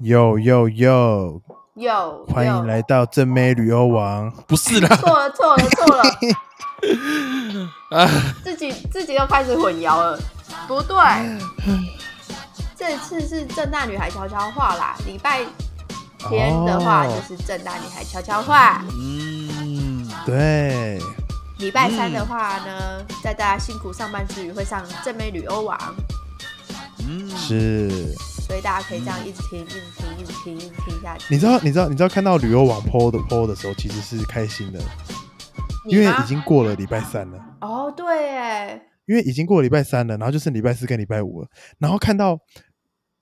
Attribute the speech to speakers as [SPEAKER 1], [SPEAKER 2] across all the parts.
[SPEAKER 1] 哟哟哟！
[SPEAKER 2] 有，
[SPEAKER 1] 欢
[SPEAKER 2] 有
[SPEAKER 1] 迎来到正妹旅游王。
[SPEAKER 3] 不是啦，
[SPEAKER 2] 错了错了 错了，
[SPEAKER 3] 啊，
[SPEAKER 2] 自己自己又开始混淆了，不对，这次是正大女孩悄悄话啦，礼拜天的话
[SPEAKER 1] 哦
[SPEAKER 2] 就是正大女孩悄悄话，
[SPEAKER 3] 嗯，
[SPEAKER 1] 对，
[SPEAKER 2] 礼拜三
[SPEAKER 1] 嗯
[SPEAKER 2] 的话呢，在大家辛苦上班之余会上正妹旅欧网，
[SPEAKER 3] 嗯，
[SPEAKER 1] 是。
[SPEAKER 2] 所以大家可以这样一直听一直听一直听一直听下去。
[SPEAKER 1] 你知道，你知道，你知道，看到旅游网 PO 的 PO 的时候，其实是开心的，因为
[SPEAKER 2] 你吗
[SPEAKER 1] 已经过了礼拜三了。
[SPEAKER 2] 哦对耶，
[SPEAKER 1] 因为已经过了礼拜三了，然后就剩礼拜四跟礼拜五了，然后看到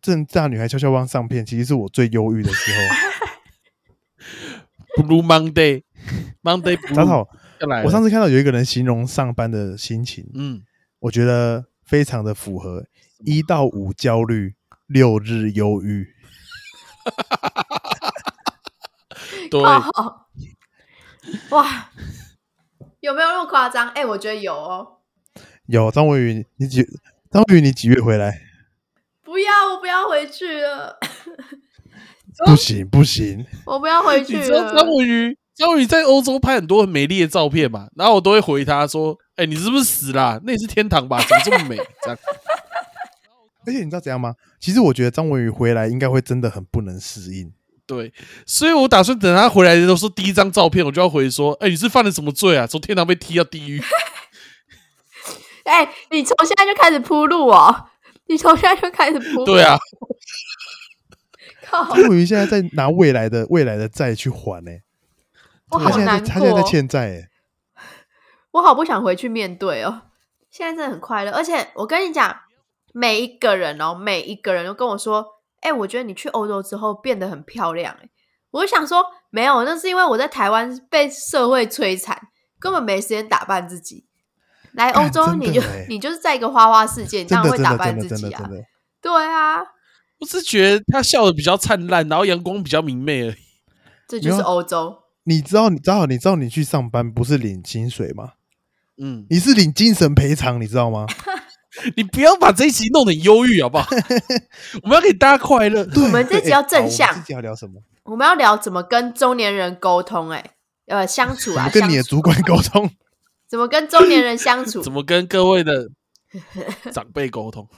[SPEAKER 1] 正大女孩悄悄汪上片，其实是我最忧郁的时 候。
[SPEAKER 3] Blue Monday，Monday Blue，
[SPEAKER 1] 早早，
[SPEAKER 3] 要来了，
[SPEAKER 1] 我上次看到有一个人形容上班的心情，
[SPEAKER 3] 嗯，
[SPEAKER 1] 我觉得非常的符合一到五焦虑，六日忧郁。
[SPEAKER 3] 对，
[SPEAKER 2] 哦，哇，有没有那么夸张？哎、我觉得有哦。
[SPEAKER 1] 有张文宇，你几？张文宇，你几月回来？
[SPEAKER 2] 不要，我不要回去了，
[SPEAKER 1] 不行，不行，
[SPEAKER 2] 我不要回
[SPEAKER 3] 你
[SPEAKER 2] 去
[SPEAKER 3] 知道张
[SPEAKER 2] 了。
[SPEAKER 3] 文宇，张文宇在欧洲拍很多很美丽的照片嘛，然后我都会回他说：“哎、你是不是死啦？那也是天堂吧？怎么这么美？” 这样，
[SPEAKER 1] 而且你知道怎样吗？其实我觉得张文宇回来应该会真的很不能适应。
[SPEAKER 3] 对，所以我打算等他回来的时候，说第一张照片我就要回说：“哎、你是犯了什么罪啊？从天堂被踢到地狱
[SPEAKER 2] 哎、你从现在就开始铺路哦，你从现在就开始铺？”路。
[SPEAKER 3] 对啊，
[SPEAKER 2] 靠，
[SPEAKER 1] 张文宇现在在拿未来的未来的债去还呢、
[SPEAKER 2] 我
[SPEAKER 1] 他
[SPEAKER 2] 好
[SPEAKER 1] 现在
[SPEAKER 2] 难
[SPEAKER 1] 在他现在在
[SPEAKER 2] 过，哦
[SPEAKER 1] 欠债、欸，
[SPEAKER 2] 我好不想回去面对哦。现在真的很快乐，而且我跟你讲，每一个人哦，每一个人都跟我说，哎、我觉得你去欧洲之后变得很漂亮、哎，我就想说，没有，那是因为我在台湾被社会摧残，根本没时间打扮自己。来欧
[SPEAKER 1] 干
[SPEAKER 2] 洲，
[SPEAKER 1] 真的
[SPEAKER 2] 你就
[SPEAKER 1] 哎
[SPEAKER 2] 你就是在一个花花世界，你
[SPEAKER 1] 真
[SPEAKER 2] 当
[SPEAKER 1] 的
[SPEAKER 2] 然会
[SPEAKER 1] 真
[SPEAKER 2] 打
[SPEAKER 1] 的真
[SPEAKER 2] 扮
[SPEAKER 1] 的
[SPEAKER 2] 自
[SPEAKER 1] 真的
[SPEAKER 2] 己啊
[SPEAKER 1] 真。的，
[SPEAKER 2] 对啊，
[SPEAKER 3] 我是觉得他笑的比较灿烂，然后阳光比较明媚而已。
[SPEAKER 2] 这
[SPEAKER 1] 没
[SPEAKER 2] 就
[SPEAKER 1] 有
[SPEAKER 2] 是
[SPEAKER 1] 啊
[SPEAKER 2] 欧洲。
[SPEAKER 1] 你知道你知道你知道你去上班不是领薪水吗？
[SPEAKER 3] 嗯，
[SPEAKER 1] 你是领精神赔偿，你知道 吗？
[SPEAKER 3] 你不要把这一集弄得很忧郁好不好？ 我们要给大家快乐。
[SPEAKER 1] 对，
[SPEAKER 2] 我们这集
[SPEAKER 1] 对
[SPEAKER 2] 要
[SPEAKER 1] 欸好
[SPEAKER 2] 正
[SPEAKER 1] 我们
[SPEAKER 2] 向
[SPEAKER 1] 这集要聊什么？
[SPEAKER 2] 我们要聊怎么跟中年人沟通、哎，呃，相处
[SPEAKER 1] 怎
[SPEAKER 2] 啊，
[SPEAKER 1] 么 跟你的
[SPEAKER 2] 相处
[SPEAKER 1] 主管沟通？
[SPEAKER 2] 怎么跟中年人相处啊
[SPEAKER 3] 怎？么跟各位的长辈 沟通？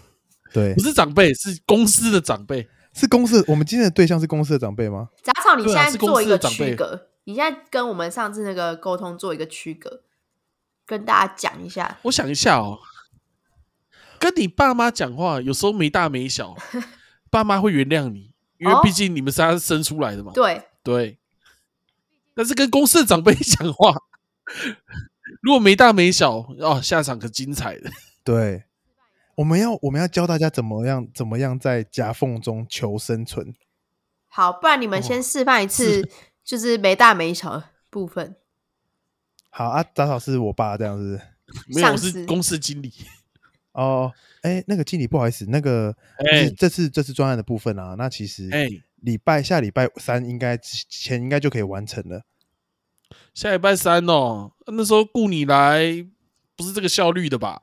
[SPEAKER 1] 对
[SPEAKER 3] 不，是长辈，是公司的长辈。
[SPEAKER 1] 是公司。我们今天的对象是公司的长辈吗？
[SPEAKER 2] 杂草，你
[SPEAKER 3] 对
[SPEAKER 2] 现
[SPEAKER 3] 啊
[SPEAKER 2] 在
[SPEAKER 3] 是公
[SPEAKER 2] 做一
[SPEAKER 3] 司的
[SPEAKER 2] 个
[SPEAKER 3] 长
[SPEAKER 2] 区
[SPEAKER 3] 辈
[SPEAKER 2] 隔，你现在跟我们上次那个沟通做一个区隔，跟大家讲一下。
[SPEAKER 3] 我想一下哦，跟你爸妈讲话，有时候没大 没小，爸妈会原谅你，因为
[SPEAKER 2] 哦
[SPEAKER 3] 毕竟你们仨是生出来的嘛。
[SPEAKER 2] 对，
[SPEAKER 3] 对。但是跟公司的长辈讲话， 如果没大没小，哦，下场可精彩了。
[SPEAKER 1] 对，我们要我们要教大家怎么样怎么样在夹缝中求生存。
[SPEAKER 2] 好，不然你
[SPEAKER 3] 哦
[SPEAKER 2] 们先示范一次，就是没大没小的部分。
[SPEAKER 1] 好啊，打扫是我爸这样子。
[SPEAKER 3] 没有，我
[SPEAKER 2] 上
[SPEAKER 3] 是
[SPEAKER 2] 司
[SPEAKER 3] 公司经理。
[SPEAKER 1] 哦，哎，那个经理，不好意思，那个就是
[SPEAKER 3] 哎
[SPEAKER 1] 这次这次专案的部分啊，那其实
[SPEAKER 3] 哎，
[SPEAKER 1] 礼拜下礼拜三应该前应该就可以完成了。
[SPEAKER 3] 下礼拜三哦，那时候雇你来，不是这个效率的吧？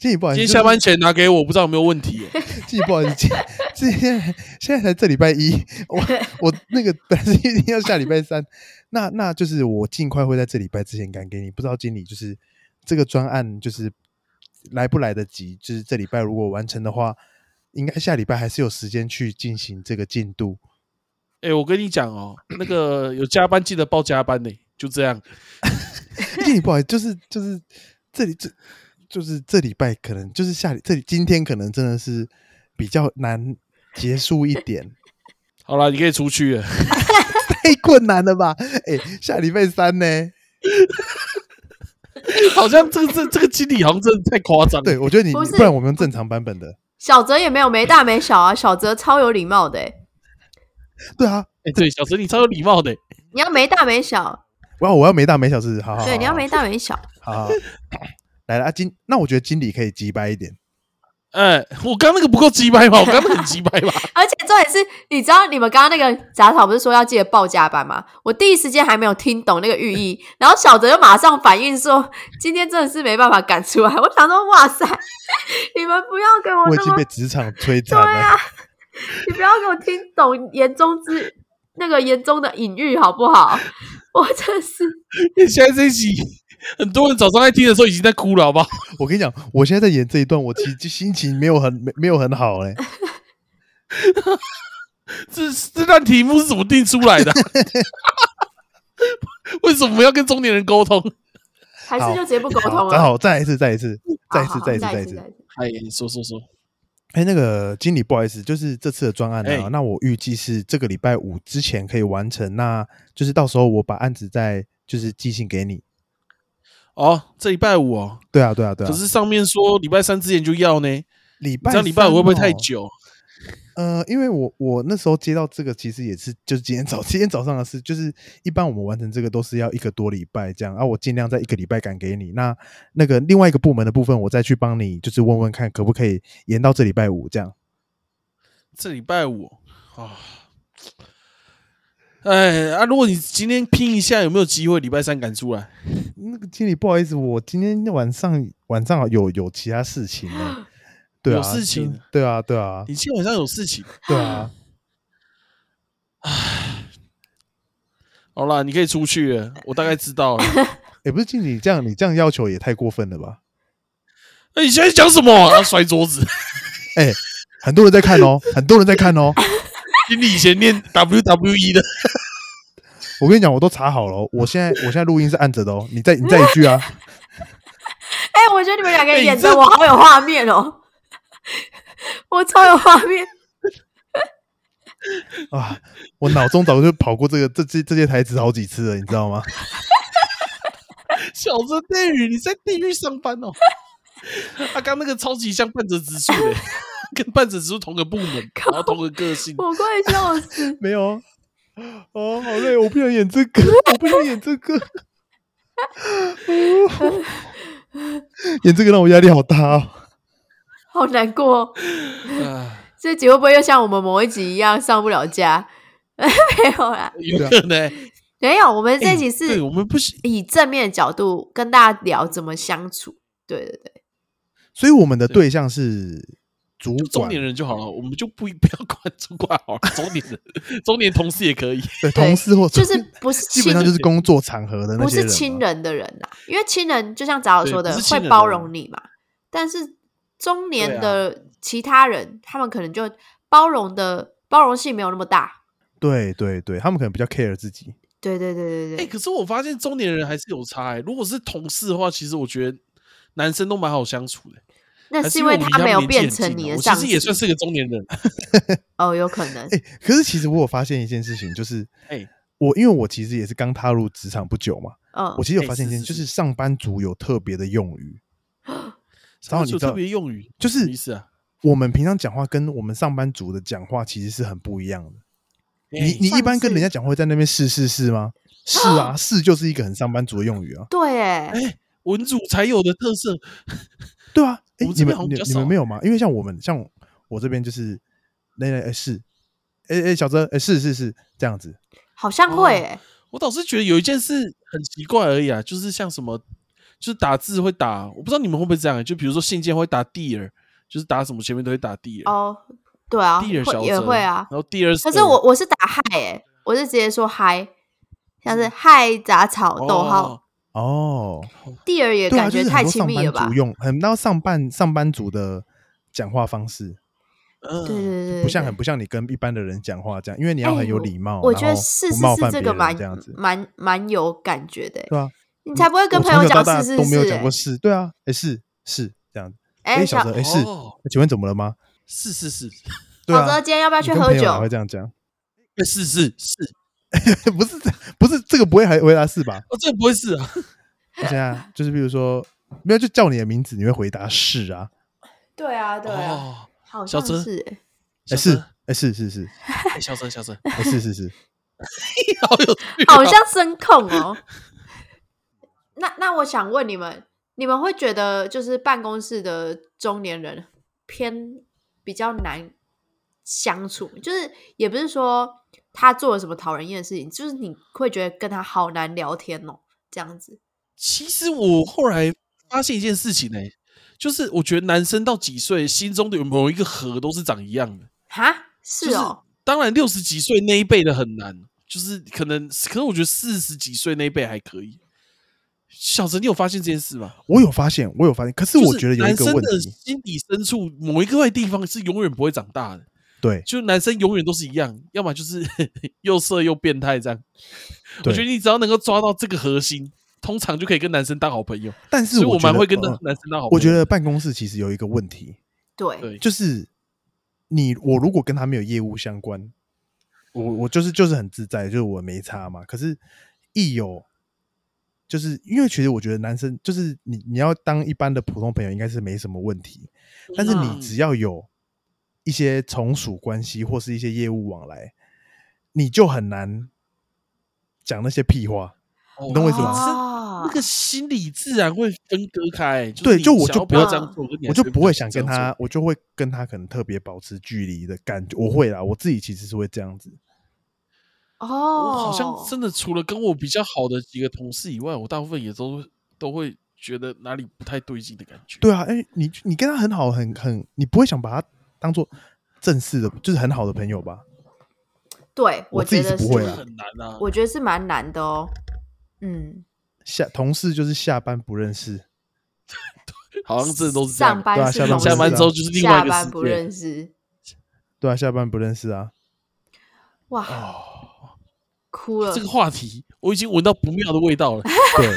[SPEAKER 1] 经理不好意
[SPEAKER 3] 今
[SPEAKER 1] 思，
[SPEAKER 3] 天下班前拿给我，不知道有没有问题耶、
[SPEAKER 1] 自己不好意思，今今天现在才这礼拜一，我我那个本来是一定要下礼拜三，那那就是我尽快会在这礼拜之前赶给你。不知道经理就是这个专案就是来不来得及，就是这礼拜如果完成的话，应该下礼拜还是有时间去进行这个进度。
[SPEAKER 3] 哎、我跟你讲哦，那个有加班记得报加班呢、就这样。
[SPEAKER 1] 哎经理不好意思，就是就是这里这就是这礼拜可能就是下礼这里今天可能真的是比较难结束一点。
[SPEAKER 3] 好了，你可以出去了。
[SPEAKER 1] 太困难了吧？哎、下礼拜三呢？
[SPEAKER 3] 好像这个这这个经理好像真的太夸张了。
[SPEAKER 1] 对，我觉得你
[SPEAKER 2] 不
[SPEAKER 1] 不
[SPEAKER 2] 是
[SPEAKER 1] 然我们用正常版本的。
[SPEAKER 2] 小泽也没有没大没小啊，小泽超有礼貌的、欸。
[SPEAKER 1] 对啊，
[SPEAKER 3] 哎对，小陈你超有礼貌的、
[SPEAKER 2] 你要没大没小，
[SPEAKER 1] 我要我要没大没小是，好好好
[SPEAKER 2] 对，你要没大没小。
[SPEAKER 1] 好好好来了啊经，那我觉得经理可以击败一点。
[SPEAKER 2] 哦
[SPEAKER 3] 哎、我刚那个不够鸡掰吧？我刚那个很鸡掰吧？
[SPEAKER 2] 而且重点是，你知道你们刚刚那个杂草不是说要记得报加班吗？我第一时间还没有听懂那个寓意，然后小泽就马上反应说：“今天真的是没办法赶出来。”我想说：“哇塞，你们不要给我
[SPEAKER 1] 我已
[SPEAKER 2] 那
[SPEAKER 1] 经
[SPEAKER 2] 么
[SPEAKER 1] 被职场摧
[SPEAKER 2] 对
[SPEAKER 1] 残了，
[SPEAKER 2] 啊！”你不要给我听懂言中之那个言中的隐喻好不好？我真是
[SPEAKER 3] 因为现在这一集，很多人早上在听的时候已经在哭了，好不好？
[SPEAKER 1] 我跟你讲，我现在在演这一段，我其实心情没有很没没有很好哎、
[SPEAKER 3] 这这段题目是怎么定出来的 啊？为什么要跟中年人沟通？
[SPEAKER 2] 还是就直接不沟
[SPEAKER 1] 好，
[SPEAKER 2] 通
[SPEAKER 1] 再
[SPEAKER 2] 了。嗯
[SPEAKER 1] 好，再来一次，再来一次，再一
[SPEAKER 2] 好
[SPEAKER 1] 次，
[SPEAKER 2] 好
[SPEAKER 1] 再一次，
[SPEAKER 2] 再
[SPEAKER 1] 再一
[SPEAKER 2] 次，
[SPEAKER 1] 次
[SPEAKER 2] 再。一次
[SPEAKER 3] 哎，说说说，
[SPEAKER 1] 哎，那个经理，不好意思，就是这次的专案啊，
[SPEAKER 3] 哎
[SPEAKER 1] 那我预计是这个礼拜五之前可以完成，那就是到时候我把案子再就是寄信给你。
[SPEAKER 3] 哦，这礼拜五哦，
[SPEAKER 1] 对啊，对啊，对啊。
[SPEAKER 3] 可是上面说礼拜三之前就要呢，你
[SPEAKER 1] 礼拜
[SPEAKER 3] 这样礼拜五会不会
[SPEAKER 1] 三
[SPEAKER 3] 太
[SPEAKER 1] 哦？
[SPEAKER 3] 久？
[SPEAKER 1] 呃，因为我我那时候接到这个，其实也是就是今天早 今天早上的事，就是一般我们完成这个都是要一个多礼拜这样啊，我尽量在一个礼拜赶给你。那那个另外一个部门的部分，我再去帮你，就是问问看可不可以延到这礼拜五这样。
[SPEAKER 3] 这礼拜五啊，哎啊，如果你今天拼一下，有没有机会礼拜三赶出来？
[SPEAKER 1] 那个经理，不好意思，我今天晚上晚上有有其他事情呢。对啊，
[SPEAKER 3] 有事情
[SPEAKER 1] 就对啊，对啊，
[SPEAKER 3] 你今天晚上有事情？
[SPEAKER 1] 对啊。
[SPEAKER 3] 好啦，你可以出去了，我大概知道 了。
[SPEAKER 1] 也、不是经理这样，你这样要求也太过分了吧？
[SPEAKER 3] 哎那、你现在讲什么？然后摔桌子。
[SPEAKER 1] 哎、很多人在看哦，很多人在看哦。
[SPEAKER 3] 经理以前念 WWE 的，
[SPEAKER 1] 我跟你讲，我都查好了哦、我现在我现在录音是按着的哦。你再你再一句啊，
[SPEAKER 2] 哎、我觉得你们两个
[SPEAKER 3] 哎
[SPEAKER 2] 演
[SPEAKER 3] 你
[SPEAKER 2] 的
[SPEAKER 3] 这
[SPEAKER 2] 我好有画面哦， 我超有画面。
[SPEAKER 1] 啊，我脑中早就跑过这个这这这些台词好几次了，你知道吗？
[SPEAKER 3] 小泽地狱，你在地狱上班哦。 他、刚那个超级像半泽直树 的，跟半泽直树同个部门，然后同个个性。
[SPEAKER 2] 我快笑死！
[SPEAKER 1] 没有啊，哦，好累，我不想演这个，我不想演这个， 哦演这个让我压力好大哦。
[SPEAKER 2] 好难过、哦。
[SPEAKER 3] 啊，
[SPEAKER 2] 这集会不会又像我们某一集一样上不了架？ 没有啦，
[SPEAKER 3] 有可能、
[SPEAKER 2] 没有。我们这集
[SPEAKER 3] 啊哎对
[SPEAKER 2] 是
[SPEAKER 3] 我们不行。
[SPEAKER 2] 以正面的角度跟大家聊怎么相处。对对对，
[SPEAKER 1] 所以我们的对象是主
[SPEAKER 3] 就中
[SPEAKER 1] 管，
[SPEAKER 3] 年人就好了，我们就 不不要管主管好了，中年人、 中年同事也可以。
[SPEAKER 1] 对同事
[SPEAKER 3] 哦
[SPEAKER 1] 或
[SPEAKER 2] 就是不是
[SPEAKER 1] 基
[SPEAKER 2] 亲
[SPEAKER 1] 本，上就是工作场合的那
[SPEAKER 2] 不
[SPEAKER 1] 些
[SPEAKER 2] 是
[SPEAKER 1] 人嘛，
[SPEAKER 2] 亲人的人啦，啊因为亲人就像早有
[SPEAKER 3] 对
[SPEAKER 2] 说的
[SPEAKER 3] 不是亲
[SPEAKER 2] 会
[SPEAKER 3] 人的
[SPEAKER 2] 包
[SPEAKER 3] 人
[SPEAKER 2] 容你嘛，但是中年
[SPEAKER 3] 对啊
[SPEAKER 2] 的其他人，他们可能就包容的包容性没有那么大。
[SPEAKER 1] 对对对，他们可能比较 care 自己。
[SPEAKER 2] 对对对对
[SPEAKER 3] 哎、
[SPEAKER 2] 对，
[SPEAKER 3] 可是我发现中年人还是有差、欸。如果是同事的话，其实我觉得男生都蛮好相处的、
[SPEAKER 2] 那
[SPEAKER 3] 还
[SPEAKER 2] 是
[SPEAKER 3] 因
[SPEAKER 2] 因为
[SPEAKER 3] 我离
[SPEAKER 2] 他没有
[SPEAKER 3] 们年纪
[SPEAKER 2] 变成
[SPEAKER 3] 很近
[SPEAKER 2] 你
[SPEAKER 3] 啊
[SPEAKER 2] 的
[SPEAKER 3] 我
[SPEAKER 2] 上
[SPEAKER 3] 其
[SPEAKER 2] 司
[SPEAKER 3] 实也算是个中年人。
[SPEAKER 2] 哦，有可能
[SPEAKER 1] 哎、可是其实我有发现一件事情，就是
[SPEAKER 3] 哎
[SPEAKER 1] 我因为我其实也是刚踏入职场不久嘛，
[SPEAKER 2] 嗯
[SPEAKER 1] 我，其实有
[SPEAKER 3] 哎
[SPEAKER 1] 发现一
[SPEAKER 3] 是
[SPEAKER 1] 件，
[SPEAKER 3] 是
[SPEAKER 1] 就是上班族有特别的用语， 然后
[SPEAKER 3] 后
[SPEAKER 1] 你
[SPEAKER 3] 有
[SPEAKER 1] 知道
[SPEAKER 3] 特别用语，
[SPEAKER 1] 就
[SPEAKER 3] 什
[SPEAKER 1] 是
[SPEAKER 3] 么意思啊？
[SPEAKER 1] 我们平常讲话跟我们上班族的讲话其实是很不一样的。你
[SPEAKER 3] 哎
[SPEAKER 1] 你一般
[SPEAKER 2] 上
[SPEAKER 1] 跟
[SPEAKER 2] 次
[SPEAKER 1] 人家讲话会在那边是是是吗？是 啊，是就是一个很上班族的用语啊。
[SPEAKER 2] 对，哎，
[SPEAKER 3] 文组才有的特色，
[SPEAKER 1] 对啊，哎
[SPEAKER 3] 我们
[SPEAKER 1] 你
[SPEAKER 3] 这边
[SPEAKER 1] 们
[SPEAKER 3] 好像
[SPEAKER 1] 你
[SPEAKER 3] 比较
[SPEAKER 1] 你们
[SPEAKER 3] 少
[SPEAKER 1] 没有吗？因为像我们像我这边就是，哎哎哎是，哎哎小泽哎是是是这样子。
[SPEAKER 2] 好像
[SPEAKER 3] 哦
[SPEAKER 2] 会哎。
[SPEAKER 3] 我倒是觉得有一件事很奇怪而已啊，就是像什么，就是打字会打，我不知道你们会不会这样、欸就比如说信件会打 dear，就是打什么前面都会打 dear，、
[SPEAKER 2] 哦，对啊，
[SPEAKER 3] 第二
[SPEAKER 2] 会
[SPEAKER 3] 小
[SPEAKER 2] 也
[SPEAKER 3] 则
[SPEAKER 2] 会啊。
[SPEAKER 3] 然后第二，
[SPEAKER 2] 可是我我是打嗨欸，我是直接说嗨，像是嗨杂草逗号。
[SPEAKER 3] 哦，
[SPEAKER 1] 哦，
[SPEAKER 2] 第二也
[SPEAKER 1] 对啊，
[SPEAKER 2] 感
[SPEAKER 1] 就
[SPEAKER 2] 觉
[SPEAKER 1] 是
[SPEAKER 2] 太
[SPEAKER 1] 很多
[SPEAKER 2] 亲
[SPEAKER 1] 上
[SPEAKER 2] 密了
[SPEAKER 1] 班
[SPEAKER 2] 吧
[SPEAKER 1] 族？用，很多上班上班族的讲话方式，
[SPEAKER 3] 嗯
[SPEAKER 2] 对对对对，
[SPEAKER 1] 不像
[SPEAKER 2] 对
[SPEAKER 1] 很不像你跟一般的人讲话这样，因为你要
[SPEAKER 2] 哎
[SPEAKER 1] 很有
[SPEAKER 2] 我
[SPEAKER 1] 礼貌，
[SPEAKER 2] 我
[SPEAKER 1] 然
[SPEAKER 2] 觉得
[SPEAKER 1] 后
[SPEAKER 2] 是
[SPEAKER 1] 不
[SPEAKER 2] 是
[SPEAKER 1] 冒
[SPEAKER 2] 是
[SPEAKER 1] 犯
[SPEAKER 2] 这
[SPEAKER 1] 别
[SPEAKER 2] 个
[SPEAKER 1] 人
[SPEAKER 2] 蛮
[SPEAKER 1] 这样子，
[SPEAKER 2] 蛮蛮有感觉的欸，
[SPEAKER 1] 对啊，
[SPEAKER 2] 你才不会跟
[SPEAKER 1] 我
[SPEAKER 2] 朋
[SPEAKER 1] 从
[SPEAKER 2] 友
[SPEAKER 1] 小到
[SPEAKER 2] 讲
[SPEAKER 1] 大
[SPEAKER 2] 是
[SPEAKER 1] 都
[SPEAKER 2] 是
[SPEAKER 1] 没有
[SPEAKER 2] 是
[SPEAKER 1] 讲
[SPEAKER 2] 欸
[SPEAKER 1] 过，是，对啊，哎是是这样，
[SPEAKER 2] 哎
[SPEAKER 1] 哎小
[SPEAKER 2] 小
[SPEAKER 1] 泽哎是，
[SPEAKER 3] 哦
[SPEAKER 1] 那请问怎么了吗？
[SPEAKER 3] 是是是，
[SPEAKER 1] 对
[SPEAKER 2] 小泽
[SPEAKER 1] 啊，
[SPEAKER 2] 今天要不要
[SPEAKER 1] 你
[SPEAKER 2] 去
[SPEAKER 1] 跟
[SPEAKER 2] 喝
[SPEAKER 1] 朋友
[SPEAKER 2] 酒
[SPEAKER 1] 哪？会这样讲，
[SPEAKER 3] 哎是是是，
[SPEAKER 1] 不是这不是这个不会还回答是吧？
[SPEAKER 3] 哦，这个不会是啊，
[SPEAKER 1] 而且啊，就是比如说，没有就叫你的名字，你会回答是啊，
[SPEAKER 2] 对啊对啊，
[SPEAKER 3] 哦，
[SPEAKER 2] 好
[SPEAKER 3] 小
[SPEAKER 2] 像
[SPEAKER 3] 泽
[SPEAKER 2] 是欸
[SPEAKER 1] 哎
[SPEAKER 3] 小
[SPEAKER 1] 是
[SPEAKER 3] 泽，
[SPEAKER 1] 哎是是是，
[SPEAKER 3] 哎小 泽，小泽，
[SPEAKER 1] 哎是是是，
[SPEAKER 3] 好有趣啊
[SPEAKER 2] 好像声控哦。那那我想问你们，你们会觉得就是办公室的中年人偏比较难相处，就是也不是说他做了什么讨人厌的事情，就是你会觉得跟他好难聊天哦，这样子。
[SPEAKER 3] 其实我后来发现一件事情欸呢、就是我觉得男生到几岁，心中的有某一个河都是长一样的。
[SPEAKER 2] 哈，是哦，
[SPEAKER 3] 当然，六十几岁那一辈的很难，就是可能，可能我觉得四十几岁那一辈还可以。小陈，你有发现这件事吗？
[SPEAKER 1] 我有发现，我有发现，可是
[SPEAKER 3] 就
[SPEAKER 1] 我觉得有一
[SPEAKER 3] 男
[SPEAKER 1] 个
[SPEAKER 3] 生
[SPEAKER 1] 问
[SPEAKER 3] 的
[SPEAKER 1] 题，
[SPEAKER 3] 心底深处某一个地方是永远不会长大的，
[SPEAKER 1] 对，
[SPEAKER 3] 就男生永远都是一样， 要么就是又色又变态这样。我
[SPEAKER 1] 对
[SPEAKER 3] 觉得你只要能够抓到这个核心，通常就可以跟男生当好朋友。
[SPEAKER 1] 但是
[SPEAKER 3] 所以我
[SPEAKER 1] 觉
[SPEAKER 3] 蛮
[SPEAKER 1] 得
[SPEAKER 3] 会跟男
[SPEAKER 1] 呃
[SPEAKER 3] 男生当好朋友。
[SPEAKER 1] 我觉得办公室其实有一个问题，
[SPEAKER 2] 对
[SPEAKER 3] 对，
[SPEAKER 1] 就是你我如果跟他没有业务相关，我我就是就是很自在，就是我没差嘛。可是，一有就是因为其实我觉得男生就是你你要当一般的普通朋友应该是没什么问题，但是你
[SPEAKER 3] 嗯
[SPEAKER 1] 只要有一些从属关系或是一些业务往来，你就很难讲那些屁话。你懂我意思吗
[SPEAKER 3] 哦
[SPEAKER 2] 啊
[SPEAKER 3] 那个心理自然会分割开、就是
[SPEAKER 1] 对
[SPEAKER 3] 你
[SPEAKER 1] 就我
[SPEAKER 3] 想
[SPEAKER 1] 就
[SPEAKER 3] 要
[SPEAKER 1] 不
[SPEAKER 3] 不要
[SPEAKER 2] 会
[SPEAKER 3] 这样做，跟你
[SPEAKER 1] 我
[SPEAKER 3] 还
[SPEAKER 1] 就是不会想
[SPEAKER 3] 这
[SPEAKER 1] 跟
[SPEAKER 3] 样做
[SPEAKER 1] 他，我就会跟他可能特别保持距离的感觉。我会啦，我自己其实是会这样子。
[SPEAKER 2] 哦，
[SPEAKER 3] 我好像真的除了跟我比较好的几个同事以外，我大部分也都都会觉得哪里不太对劲的感觉。
[SPEAKER 1] 对啊，因为你你跟他很好，很很，你不会想把他当做正式的，就是很好的朋友吧？
[SPEAKER 2] 对，
[SPEAKER 1] 我自
[SPEAKER 2] 觉
[SPEAKER 1] 己
[SPEAKER 2] 得
[SPEAKER 1] 是不会啊
[SPEAKER 2] 是
[SPEAKER 3] 很难啊。
[SPEAKER 2] 我觉得是蛮难的哦。嗯，
[SPEAKER 1] 下同事就是下班不认识，
[SPEAKER 3] 好像真的都是这样
[SPEAKER 2] 上
[SPEAKER 3] 的。
[SPEAKER 1] 对
[SPEAKER 2] 班
[SPEAKER 1] 啊
[SPEAKER 2] 是
[SPEAKER 1] 下班
[SPEAKER 2] 同
[SPEAKER 1] 不
[SPEAKER 2] 事
[SPEAKER 3] 下班之后
[SPEAKER 1] 认
[SPEAKER 3] 就是另外
[SPEAKER 2] 下
[SPEAKER 3] 一个世
[SPEAKER 2] 班不
[SPEAKER 3] 界。
[SPEAKER 2] 认识，
[SPEAKER 1] 对啊，下班不认识啊。
[SPEAKER 2] 哇，哭了
[SPEAKER 3] 哦这。个话题我已经闻到不妙的味道了，
[SPEAKER 1] 对，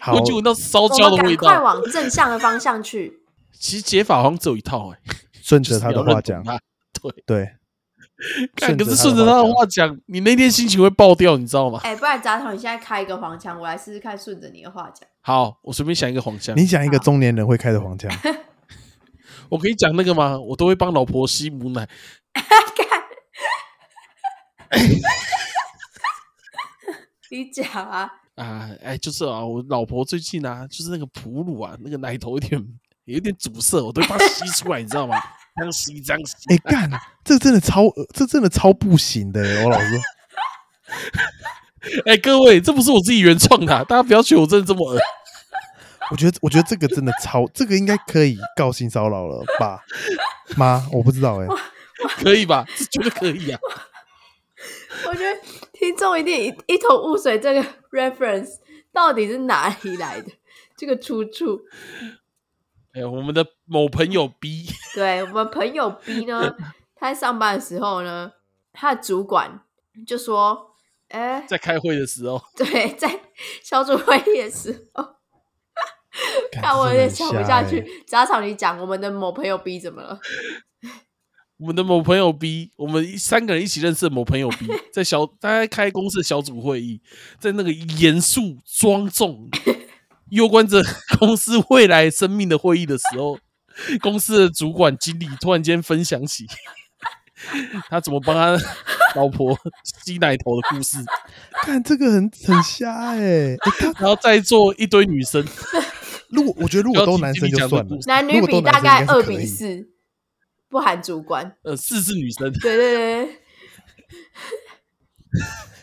[SPEAKER 1] 好
[SPEAKER 3] 我已，经闻到烧
[SPEAKER 2] 我
[SPEAKER 3] 焦
[SPEAKER 2] 们
[SPEAKER 3] 的味
[SPEAKER 2] 赶快
[SPEAKER 3] 道。
[SPEAKER 2] 往正向的方向去。
[SPEAKER 3] 其实解法好像只有一套、哎，
[SPEAKER 1] 顺
[SPEAKER 3] 就
[SPEAKER 1] 着
[SPEAKER 3] 是
[SPEAKER 1] 他
[SPEAKER 3] 你要
[SPEAKER 1] 的
[SPEAKER 3] 认
[SPEAKER 1] 话
[SPEAKER 3] 同
[SPEAKER 1] 讲，
[SPEAKER 3] 他。对，
[SPEAKER 1] 对，
[SPEAKER 3] 看，可是
[SPEAKER 1] 顺
[SPEAKER 3] 顺
[SPEAKER 1] 着
[SPEAKER 3] 着
[SPEAKER 1] 他
[SPEAKER 3] 他
[SPEAKER 1] 的
[SPEAKER 3] 的
[SPEAKER 1] 话
[SPEAKER 3] 话讲，你那天心情会爆掉，你知道吗？
[SPEAKER 2] 哎，不然杂草，你现在开一个黄腔，我来试试看，顺着你的话讲。
[SPEAKER 3] 好，我随便想一个黄腔，
[SPEAKER 1] 你讲一个中年人会开的黄腔，
[SPEAKER 3] 我可以讲那个吗？我都会帮老婆吸母奶。
[SPEAKER 2] 你讲 啊，
[SPEAKER 3] 啊，哎，就是啊，我老婆最近啊，就是那个哺乳啊，那个奶头有点有点阻塞，我都把它吸出来，你知道吗？ 这样吸，这样吸，
[SPEAKER 1] 哎、干，这真的超恶，这真的超不行的、我老实说，
[SPEAKER 3] 哎，各位，这不是我自己原创的啊、大家不要觉得我真的这么 恶。
[SPEAKER 1] 我觉得我觉得这个真的超，这个应该可以告性骚扰了吧？妈，我不知 道哎、
[SPEAKER 3] 可以吧？这绝对可以啊！
[SPEAKER 2] 我觉得听众一定一一头雾水，这个 reference 到底是哪里来的？ 这个出处？
[SPEAKER 3] 哎呀，我们的某朋友 B，
[SPEAKER 2] 对我们朋友 B 呢，他在上班的时候呢，他的主管就说：“哎、
[SPEAKER 3] 在开会的时候，
[SPEAKER 2] 对，在 小组会议的时候，
[SPEAKER 1] 干
[SPEAKER 2] 看我有点
[SPEAKER 1] 这
[SPEAKER 2] 想
[SPEAKER 1] 真
[SPEAKER 2] 不
[SPEAKER 1] 的很瞎欸
[SPEAKER 2] 下去。杂草，你讲我们的某朋友 B 怎么了？
[SPEAKER 3] 我们的某朋友 B，我们一三个人一起认识的某朋友 B，在小大家开公司的小组会议，在那个严肃庄重、攸关着公司未来生命的会议的时候，公司的主管经理突然间分享起他怎么帮他老婆吸奶头的故事，
[SPEAKER 1] 看这个很很瞎哎、欸他
[SPEAKER 3] 然后再做一堆女生，
[SPEAKER 1] 如果我觉得如果都男生就
[SPEAKER 3] 不要
[SPEAKER 1] 算
[SPEAKER 3] 听经
[SPEAKER 1] 了
[SPEAKER 3] 理讲的故，事
[SPEAKER 2] 男
[SPEAKER 1] 如
[SPEAKER 2] 女
[SPEAKER 1] 果
[SPEAKER 2] 比
[SPEAKER 1] 都男
[SPEAKER 2] 大
[SPEAKER 1] 生
[SPEAKER 2] 概
[SPEAKER 1] 应该
[SPEAKER 2] 二
[SPEAKER 1] 是可以
[SPEAKER 2] 比四，不含主观。
[SPEAKER 3] 呃，四是女生。
[SPEAKER 2] 对对对对，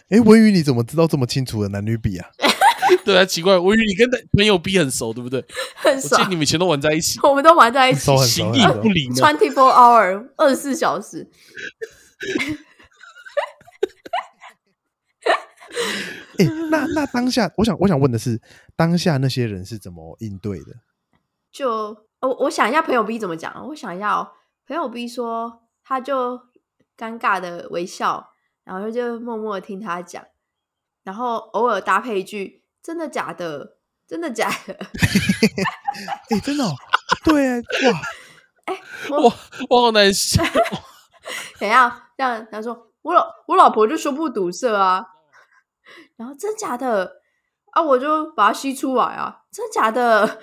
[SPEAKER 1] 哎、文宇你怎么知道这么清楚的男女比啊？
[SPEAKER 3] 对啊，奇怪，我以为你跟朋友 B 很熟，对不对？
[SPEAKER 2] 很
[SPEAKER 3] 我记得
[SPEAKER 2] 爽
[SPEAKER 3] 你。们以前都玩在一起，
[SPEAKER 2] 我们都玩在一
[SPEAKER 1] 很
[SPEAKER 2] 起
[SPEAKER 1] 熟很熟
[SPEAKER 3] 形
[SPEAKER 1] 很
[SPEAKER 3] 影
[SPEAKER 1] 熟
[SPEAKER 3] 不，离呢。
[SPEAKER 2] ，twenty four hour，二十 四小时。
[SPEAKER 1] 哎、那那当下，我想我想问的是，当下那些人是怎么应对的？
[SPEAKER 2] 就我我想一下朋友 B 怎么讲啊，我想一下哦，朋友 B 说他就尴尬的微笑，然后就默默地听他讲，然后偶尔搭配一句“真的假的，真的假的
[SPEAKER 1] 哎、真的、哦，对啊，哇，
[SPEAKER 3] 我我好难想，”，
[SPEAKER 2] 怎样？这样他说我老我老婆就胸部堵塞啊， 然后真假的啊，我就把它吸出来啊，真假的，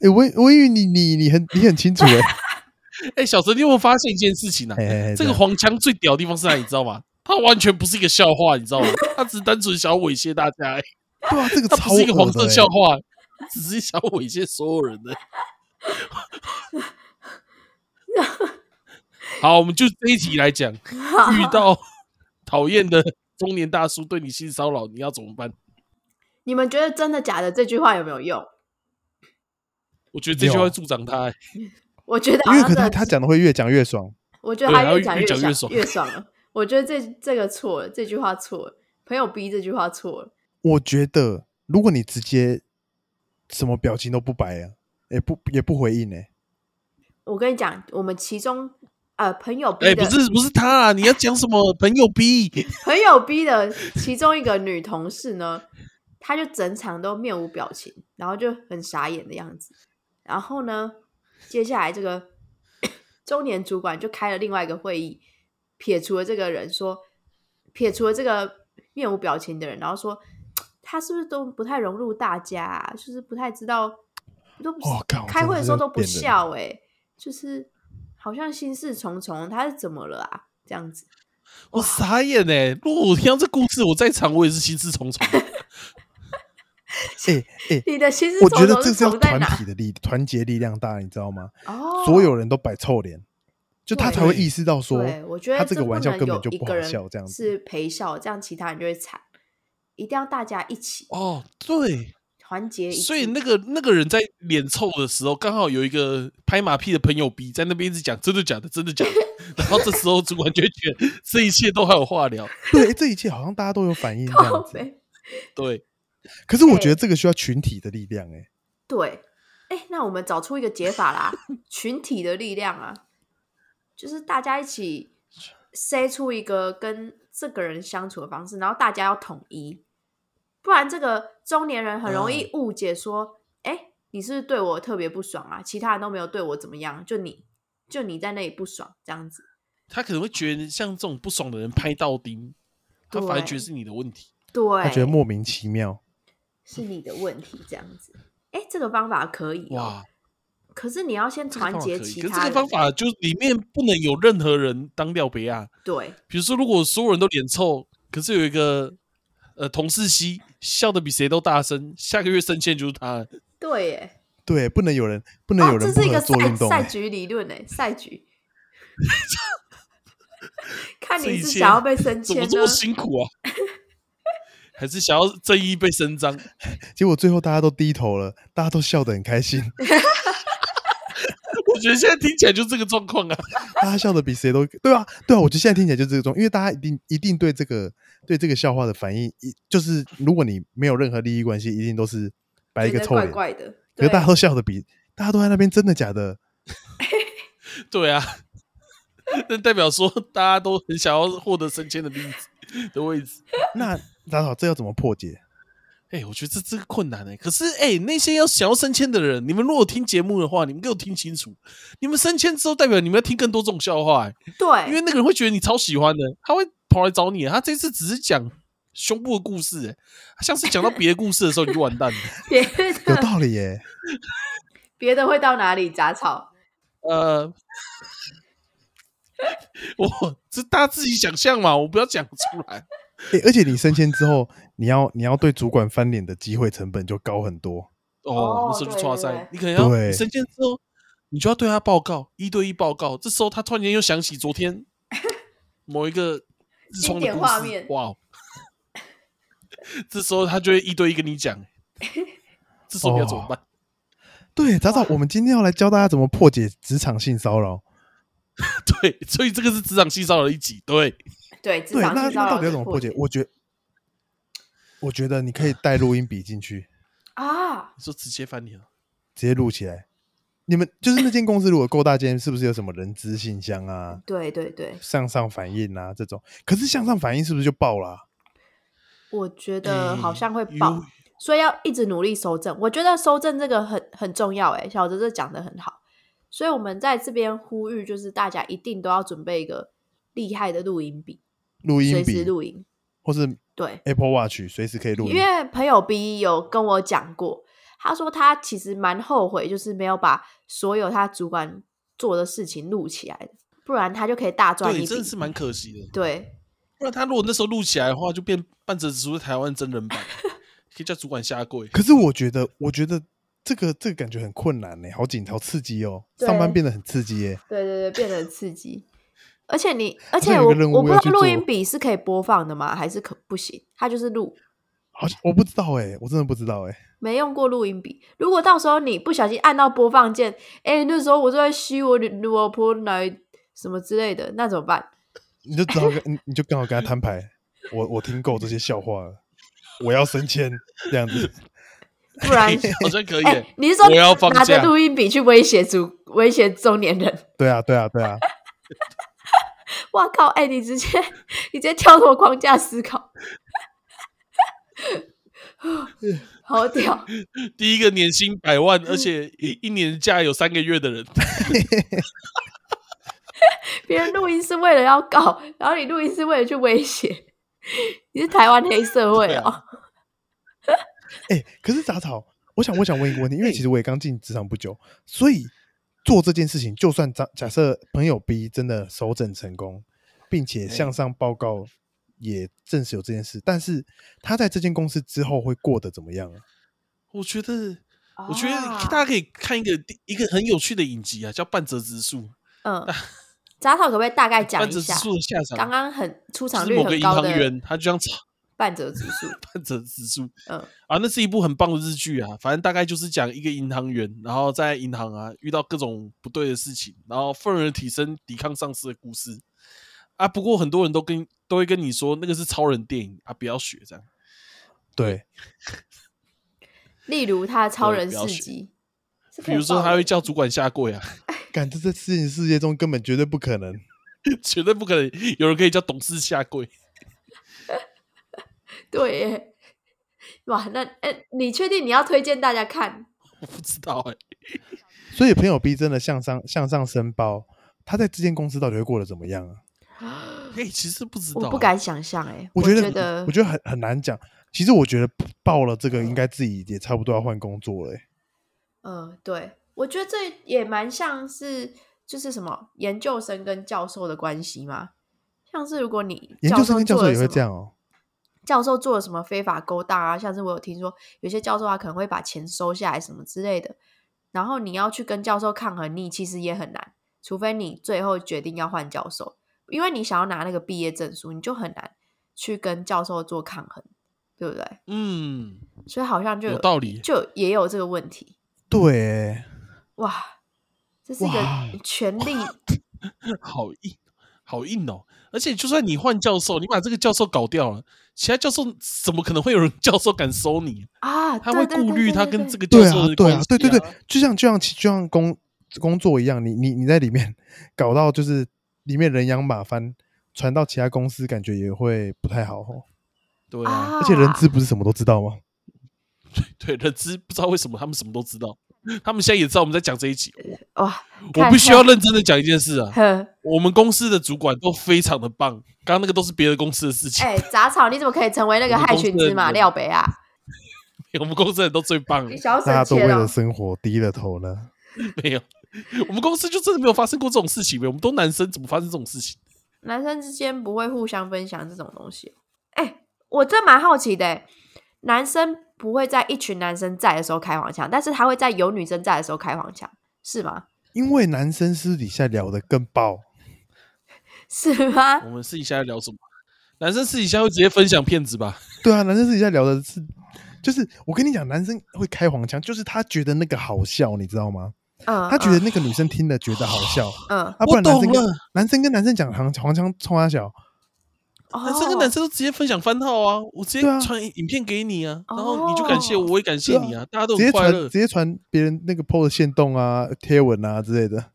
[SPEAKER 1] 哎、文文宇你你你很你很清楚哎、
[SPEAKER 3] 哎、小陈，你有没有发现一件事情啊？
[SPEAKER 1] 嘿嘿嘿
[SPEAKER 3] 这个
[SPEAKER 1] 对
[SPEAKER 3] 黄腔最屌的地方是哪里？你知道吗？它完全不是一个笑话，你知道吗？它只是单纯想要猥亵大家、欸，
[SPEAKER 1] 对啊，这个
[SPEAKER 3] 它
[SPEAKER 1] 超
[SPEAKER 3] 不是一个黄
[SPEAKER 1] 恶的、
[SPEAKER 3] 色
[SPEAKER 1] 欸，
[SPEAKER 3] 笑话，只是想要猥亵所有人的、 好，我们就这一题来讲，遇到讨厌的中年大叔对你性骚扰，你要怎么办？
[SPEAKER 2] 你们觉得“真的假的”这句话有没有用？
[SPEAKER 3] 我觉得这句话
[SPEAKER 1] 有啊
[SPEAKER 3] 会助长他、欸。
[SPEAKER 2] 我觉得好
[SPEAKER 1] 因为
[SPEAKER 2] 像
[SPEAKER 1] 可
[SPEAKER 2] 真
[SPEAKER 1] 他
[SPEAKER 2] 的
[SPEAKER 1] 他讲的会越讲越爽，
[SPEAKER 2] 我觉得
[SPEAKER 3] 对
[SPEAKER 2] 他
[SPEAKER 3] 然后
[SPEAKER 2] 越讲
[SPEAKER 3] 越讲越
[SPEAKER 2] 爽
[SPEAKER 3] 爽
[SPEAKER 2] 越爽了。我觉得这这个错了，这句话错了，朋友逼这句话错了。
[SPEAKER 1] 我觉得如果你直接什么表情都不摆啊，也不也不回应呢、
[SPEAKER 2] 我跟你讲，我们其中呃朋友逼
[SPEAKER 3] 哎、
[SPEAKER 2] 的、
[SPEAKER 3] 不是不是他、啊，你要讲什么朋友逼？
[SPEAKER 2] 朋友逼的其中一个女同事呢，她就整场都面无表情，然后就很傻眼的样子。然后呢，接下来这个 中年主管就开了另外一个会议，撇除了这个人说，撇除了这个面无表情的人，然后说他是不是都不太融入大家、啊，就是不太知道，都不
[SPEAKER 1] 哦干我
[SPEAKER 2] 开
[SPEAKER 1] 真的
[SPEAKER 2] 会的
[SPEAKER 1] 是
[SPEAKER 2] 时候都不
[SPEAKER 1] 变人
[SPEAKER 2] 笑、欸，就是好像心事重重，他是怎么了啊？这样子。
[SPEAKER 3] 我傻眼哎、如果我听到这故事，我在场我也是心事重重。
[SPEAKER 1] 哎、哎、
[SPEAKER 2] 你的心事
[SPEAKER 1] 我
[SPEAKER 2] 重
[SPEAKER 1] 觉得
[SPEAKER 2] 重
[SPEAKER 1] 这
[SPEAKER 2] 是
[SPEAKER 1] 是要
[SPEAKER 2] 重在
[SPEAKER 1] 团
[SPEAKER 2] 哪？
[SPEAKER 1] 体的力团结力量大，你知道吗？
[SPEAKER 2] 哦，
[SPEAKER 1] 所有人都摆臭脸，就他
[SPEAKER 2] 对
[SPEAKER 1] 才会意识到说，
[SPEAKER 2] 对，我觉得
[SPEAKER 1] 他这个
[SPEAKER 2] 不
[SPEAKER 1] 玩笑
[SPEAKER 2] 能
[SPEAKER 1] 根本
[SPEAKER 2] 有
[SPEAKER 1] 就
[SPEAKER 2] 一
[SPEAKER 1] 不
[SPEAKER 2] 个
[SPEAKER 1] 好
[SPEAKER 2] 人
[SPEAKER 1] 笑这样子
[SPEAKER 2] 是陪笑，这样其他人就会惨。一定要大家一起
[SPEAKER 3] 哦，对，
[SPEAKER 2] 团结一致，
[SPEAKER 3] 所以那个那个人在脸臭的时候，刚好有一个拍马屁的朋友逼在那边一直讲真的假的，真的 假的。然后这时候主管就会觉得这一切都还有话聊。
[SPEAKER 1] 对，这一切好像大家都有反 应这
[SPEAKER 2] 靠
[SPEAKER 1] 样子。
[SPEAKER 2] 北
[SPEAKER 3] 对，
[SPEAKER 1] 可是我觉得
[SPEAKER 2] 哎
[SPEAKER 1] 这个需要群体的力量、哎，
[SPEAKER 2] 对，哎，那我们找出一个解法 啦，群体的力量啊，就是大家一起塞出一个跟这个人相处的方式，然后大家要统一，不然这个中年人很容
[SPEAKER 3] 嗯
[SPEAKER 2] 易误解说，哎、你是不是对我特别不爽啊？其他人都没有对我怎么样，就你就你在那里不爽这样子。
[SPEAKER 3] 他可能会觉得像这种不爽的人拍到钉，他反而觉得是你的问题。
[SPEAKER 2] 对，
[SPEAKER 1] 他觉得莫名其妙。
[SPEAKER 2] 是你的问题这样子。哎，这个方法可以、哦、
[SPEAKER 3] 哇，
[SPEAKER 2] 可是你要先
[SPEAKER 3] 这个
[SPEAKER 2] 团
[SPEAKER 3] 方法可
[SPEAKER 2] 结
[SPEAKER 3] 以，
[SPEAKER 2] 其
[SPEAKER 3] 可是这
[SPEAKER 2] 他人。
[SPEAKER 3] 个方法就里面不能有任何人当廖别亚。
[SPEAKER 2] 对
[SPEAKER 3] 比如说，如果所有人都脸臭，可是有一个呃同事西笑的比谁都大声，下个月升迁就是他了。
[SPEAKER 2] 对耶，
[SPEAKER 1] 对，不能有人，不能有
[SPEAKER 2] 哦，
[SPEAKER 1] 人
[SPEAKER 2] 这
[SPEAKER 1] 不
[SPEAKER 2] 是一个
[SPEAKER 1] 合做
[SPEAKER 2] 赛
[SPEAKER 1] 运动、
[SPEAKER 2] 赛
[SPEAKER 1] 哎
[SPEAKER 2] 局理论哎，赛 局。看
[SPEAKER 3] 这
[SPEAKER 2] 你
[SPEAKER 3] 一
[SPEAKER 2] 是
[SPEAKER 3] 切
[SPEAKER 2] 想要被升迁
[SPEAKER 3] 怎么
[SPEAKER 2] 呢
[SPEAKER 3] 这，么辛苦啊？ 还是想要正义被伸张？
[SPEAKER 1] 结果最后大家都低头了，大家都笑得很开 心，
[SPEAKER 3] 我觉得现在听起来就这个状况啊。
[SPEAKER 1] 大家笑得比谁都对啊，对啊，我觉得现在听起来就是这种，因为大家一定一定对这个对这个笑话的反应，一就是如果你没有任何利益关系，一定都是摆一
[SPEAKER 2] 觉
[SPEAKER 1] 个
[SPEAKER 2] 得
[SPEAKER 1] 臭
[SPEAKER 2] 怪
[SPEAKER 1] 脸，
[SPEAKER 2] 怪的。
[SPEAKER 1] 可是
[SPEAKER 2] 对
[SPEAKER 1] 大家都笑得比大家都在那边真的假的，
[SPEAKER 3] 对啊， 那代表说大家都很想要获得升迁的例子 的位置。
[SPEAKER 1] 那 打好这要怎么破解？
[SPEAKER 3] 哎、我觉得这这个困难哎、可是哎、那些要想要升迁的人，你们如果听节目的话，你们给我听清楚，你们升迁之后，代表你们要听更多这种笑话、欸，因为
[SPEAKER 2] 对
[SPEAKER 3] 那个人会觉得你超喜欢的，他会跑来找你。他这次只是讲胸部的故事、欸，像是讲到别的故事的时候，你就完蛋了。
[SPEAKER 2] 别
[SPEAKER 1] 有
[SPEAKER 2] 的
[SPEAKER 1] 道理耶、
[SPEAKER 2] 别的会到哪里杂草？
[SPEAKER 3] 呃， 我这大家自己想象嘛，我不要讲出来。
[SPEAKER 1] 欸而且你升迁之后，你要你要对主管翻脸的机会成本就高很多。
[SPEAKER 3] 哦，
[SPEAKER 2] 哦
[SPEAKER 3] 那时候
[SPEAKER 2] 对
[SPEAKER 3] 就抓
[SPEAKER 2] 对对
[SPEAKER 3] 塞，你可能要
[SPEAKER 1] 对
[SPEAKER 3] 你升迁之后，你就要对他报告，一对一报告。这时候他突然间又想起昨天 某一个痔
[SPEAKER 2] 经
[SPEAKER 3] 疮的
[SPEAKER 2] 典
[SPEAKER 3] 故
[SPEAKER 2] 画
[SPEAKER 3] 事
[SPEAKER 2] 面，
[SPEAKER 3] 哇哦！ 这时候他就会一对一跟你讲， 这时候你要怎么办？
[SPEAKER 1] 对，早早，我们今天要来教大家怎么破解职场性骚扰。
[SPEAKER 3] 对，所以这个是职场性骚扰的一集，对，
[SPEAKER 2] 对，职
[SPEAKER 1] 对，
[SPEAKER 2] 场
[SPEAKER 1] 那那
[SPEAKER 2] 性骚扰
[SPEAKER 1] 到底要
[SPEAKER 2] 是
[SPEAKER 1] 怎么
[SPEAKER 2] 破
[SPEAKER 1] 破解？我觉我觉得你可以带录音笔进去，
[SPEAKER 2] 啊，
[SPEAKER 3] 你说直接翻脸啊，
[SPEAKER 1] 直接录起来。你们就是那间公司如果够大间，是不是有什么人资信箱啊、
[SPEAKER 2] 对对对，
[SPEAKER 1] 向上反应啊这种？可是向上反应是不是就爆了啊、
[SPEAKER 2] 我觉得好
[SPEAKER 3] 哎
[SPEAKER 2] 像会
[SPEAKER 3] 有
[SPEAKER 2] 爆。所以要一直努力收正。我觉得收正这个很很重要、欸，哎，小哲这讲的很好。所以我们在这边呼吁，就是大家一定都要准备一个厉害的录音笔，
[SPEAKER 1] 录音
[SPEAKER 2] 随时
[SPEAKER 1] 笔
[SPEAKER 2] 录音。
[SPEAKER 1] 或是
[SPEAKER 2] 对，
[SPEAKER 1] Apple Watch 随时可以录
[SPEAKER 2] 因
[SPEAKER 1] 音。
[SPEAKER 2] 为朋友 B 有跟我讲过，他说他其实蛮后悔，就是没有把所有他主管做的事情录起来的，不然他就可以大赚一
[SPEAKER 3] 对，
[SPEAKER 2] 笔。
[SPEAKER 3] 真的是蛮可惜的。
[SPEAKER 2] 对
[SPEAKER 3] 不然他如果那时候录起来的话，就变半折指数台湾真人版，可以叫主管下 跪。
[SPEAKER 1] 可是我觉得，我觉得这个这个感觉很困难欸呢、好紧，好刺激哦、
[SPEAKER 2] 对
[SPEAKER 1] 上班变得很刺激耶、
[SPEAKER 2] 对对对，变得很刺激。而 且你，而
[SPEAKER 1] 像
[SPEAKER 2] 且
[SPEAKER 1] 有一
[SPEAKER 2] 我
[SPEAKER 1] 个任务
[SPEAKER 2] 我不知
[SPEAKER 1] 要
[SPEAKER 2] 道
[SPEAKER 1] 去
[SPEAKER 2] 录
[SPEAKER 1] 做
[SPEAKER 2] 音笔是可以播放的吗？还是可不行？它就是录。
[SPEAKER 1] 好像我不知道哎、我真的不知道哎、
[SPEAKER 2] 没用过录音笔。如果到时候你不小心按到播放键，哎、那时候我就在吸我女老婆奶什么之类的，那怎么办？
[SPEAKER 1] 你就只好跟你你就刚好跟他摊牌，我我听够这些笑话了，我要升迁这样子。
[SPEAKER 2] 不然，
[SPEAKER 3] 好像可以
[SPEAKER 2] 哎、
[SPEAKER 3] 耶。
[SPEAKER 2] 你是说
[SPEAKER 3] 我要放
[SPEAKER 2] 拿着
[SPEAKER 3] 假
[SPEAKER 2] 录音笔去威胁主威胁中年人？
[SPEAKER 1] 对啊，对啊，对啊，
[SPEAKER 2] 哇靠！哎、你直接 你直接跳脱框架思考， 好屌！
[SPEAKER 3] 第一个年薪百万，
[SPEAKER 2] 嗯
[SPEAKER 3] 而且一一年假有三个月的人，
[SPEAKER 2] 别人录音是为了要告，然后你录音是为了去威胁， 你是台湾黑社会
[SPEAKER 3] 对
[SPEAKER 2] 哦、
[SPEAKER 3] 啊
[SPEAKER 1] 哎、可是杂草，我想我想问一个问题，因为其实我也刚进职场不久，所以做这件事情，就算假假设朋友 B 真的首诊成功，并且向上报告也证实有这件事，但是他在这间公司之后会过得怎么样啊？
[SPEAKER 3] 我觉得，我觉得
[SPEAKER 2] 啊
[SPEAKER 3] 大家可以看一个一个很有趣的影集啊，叫《半泽直树》。
[SPEAKER 2] 嗯，杂草可不可以大概讲
[SPEAKER 3] 半
[SPEAKER 2] 一
[SPEAKER 3] 泽直
[SPEAKER 2] 下？
[SPEAKER 3] 树的下场，
[SPEAKER 2] 刚刚很出场
[SPEAKER 3] 就是
[SPEAKER 2] 率
[SPEAKER 3] 某个
[SPEAKER 2] 很
[SPEAKER 3] 银
[SPEAKER 2] 高
[SPEAKER 3] 行
[SPEAKER 2] 的
[SPEAKER 3] 员，他就像炒
[SPEAKER 2] 半折指数，
[SPEAKER 3] 半泽直树
[SPEAKER 2] 嗯
[SPEAKER 3] 啊，那是一部很棒的日剧啊。反正大概就是讲一个银行员，然后在银行啊遇到各种不对的事情，然后愤而提升抵抗上司的故事啊。不过很多人都跟都会跟你说，那个是超人电影啊，不要学这样。
[SPEAKER 1] 对，
[SPEAKER 2] 例如他的超
[SPEAKER 3] 对
[SPEAKER 2] 人
[SPEAKER 3] 不要
[SPEAKER 2] 事
[SPEAKER 3] 学
[SPEAKER 2] 迹，是可
[SPEAKER 3] 比
[SPEAKER 2] 以
[SPEAKER 3] 如说
[SPEAKER 2] 爆
[SPEAKER 3] 他
[SPEAKER 2] 雷
[SPEAKER 3] 会叫主管下跪啊，
[SPEAKER 1] 感觉这事情世界中根本绝对不可能。
[SPEAKER 3] 绝对不可能有人可以叫董事下跪。
[SPEAKER 2] 对耶，哇，那哎、你确定你要推荐大家看？
[SPEAKER 3] 我不知道哎、
[SPEAKER 1] 所以朋友 B 真的向上向上升包，他在这间公司到底会过得怎么样啊？
[SPEAKER 3] 哎、其实不知道啊、
[SPEAKER 2] 嗯我不敢想象哎，
[SPEAKER 1] 我
[SPEAKER 2] 觉
[SPEAKER 1] 得，我
[SPEAKER 2] 得
[SPEAKER 1] 觉得很嗯很难讲。其实我觉得报了这个，应该自己也差不多要换工作了、欸。
[SPEAKER 2] 嗯，对，我觉得这也蛮像是就是什么研究生跟教授的关系嘛，像是如果你
[SPEAKER 1] 研究生跟教
[SPEAKER 2] 做
[SPEAKER 1] 授
[SPEAKER 2] 了
[SPEAKER 1] 也会
[SPEAKER 2] 什么
[SPEAKER 1] 这样哦、
[SPEAKER 2] 教授做了什么非法勾当啊，像是我有听说有些教授啊他可能会把钱收下来什么之类的，然后你要去跟教授抗衡你，其实也很难，除非你最后决定要换教授，因为你想要拿那个毕业证书，你就很难去跟教授做抗衡，对不对？
[SPEAKER 3] 嗯，
[SPEAKER 2] 所以好像就
[SPEAKER 3] 有道理。
[SPEAKER 2] 就也有这个问题，
[SPEAKER 1] 对、欸，
[SPEAKER 2] 哇，这是一
[SPEAKER 1] 哇
[SPEAKER 2] 个权 力，
[SPEAKER 3] 好硬，好硬哦！而且就算你换教授，你把这个教授搞掉了，其他教授怎么可能会有人教授敢收你？
[SPEAKER 2] 啊，
[SPEAKER 3] 他
[SPEAKER 2] 对
[SPEAKER 3] 会
[SPEAKER 2] 对
[SPEAKER 3] 顾
[SPEAKER 2] 对
[SPEAKER 3] 虑
[SPEAKER 2] 对
[SPEAKER 3] 他
[SPEAKER 2] 对
[SPEAKER 3] 跟
[SPEAKER 2] 对
[SPEAKER 3] 这个教
[SPEAKER 1] 对啊
[SPEAKER 3] 授，的
[SPEAKER 1] 对
[SPEAKER 3] 关系、
[SPEAKER 1] 啊，对对对，就像就像就像工工作一样，你你你在里面 搞到就是里面人仰马翻，传到其他公司，感觉也会不太好、哦。
[SPEAKER 3] 对啊，
[SPEAKER 2] 啊，
[SPEAKER 1] 而且人资不是什么都知道吗？
[SPEAKER 3] 对人资不知道为什么他们什么都知道，他们现在也知道我们在讲这一集。我
[SPEAKER 2] 哇，
[SPEAKER 3] 我
[SPEAKER 2] 看
[SPEAKER 3] 必须要认真的讲一件事啊，
[SPEAKER 2] 呵。
[SPEAKER 3] 我们公司的主管都非常的棒，刚刚那个都是别的公司的事情，
[SPEAKER 2] 哎、杂草，你怎么可以成为那个
[SPEAKER 3] 我们
[SPEAKER 2] 害
[SPEAKER 3] 公司
[SPEAKER 2] 群
[SPEAKER 3] 的
[SPEAKER 2] 之马
[SPEAKER 3] 人
[SPEAKER 2] 廖北啊？
[SPEAKER 3] 我们公司的人都最棒了
[SPEAKER 2] 你，想要
[SPEAKER 1] 大家
[SPEAKER 2] 省
[SPEAKER 1] 都为
[SPEAKER 2] 钱
[SPEAKER 1] 了
[SPEAKER 2] 哦？
[SPEAKER 1] 生活低了头了。
[SPEAKER 3] 没有，我们公司就真的没有发生过这种事情，我们都男生怎么发生这种事情？
[SPEAKER 2] 男生之间不会互相分享这种东西。哎、我真蛮好奇的、欸男生不会在一群男生在的时候开黄腔，但是他会在有女生在的时候开黄腔，是吗？
[SPEAKER 1] 因为男生私底下聊得更爆，
[SPEAKER 2] 是吗
[SPEAKER 3] 我？们私底下在聊什么？男生私底下会直接分享骗子吧？
[SPEAKER 1] 对啊，男生私底下聊的是，就是我跟你讲，男生会开黄腔，就是他觉得那个好笑，你知道吗？
[SPEAKER 2] 嗯，
[SPEAKER 1] 他觉得那个女生听了觉得好笑，
[SPEAKER 2] 嗯，
[SPEAKER 1] 啊，不
[SPEAKER 3] 我
[SPEAKER 1] 然男
[SPEAKER 3] 懂
[SPEAKER 1] 生跟
[SPEAKER 3] 了，
[SPEAKER 1] 男生跟男生讲黄黄腔冲他小，
[SPEAKER 2] 嗯
[SPEAKER 3] 男生跟男生都直接分享番号啊，我直接
[SPEAKER 1] 对啊
[SPEAKER 3] 传影片给你啊，然后
[SPEAKER 2] 哦
[SPEAKER 3] 你就感谢我，我也感谢你啊，大家都
[SPEAKER 1] 直接
[SPEAKER 3] 很快
[SPEAKER 1] 传
[SPEAKER 3] 乐
[SPEAKER 1] 直。接传别人那个 PO 的线动啊、贴文啊之类的。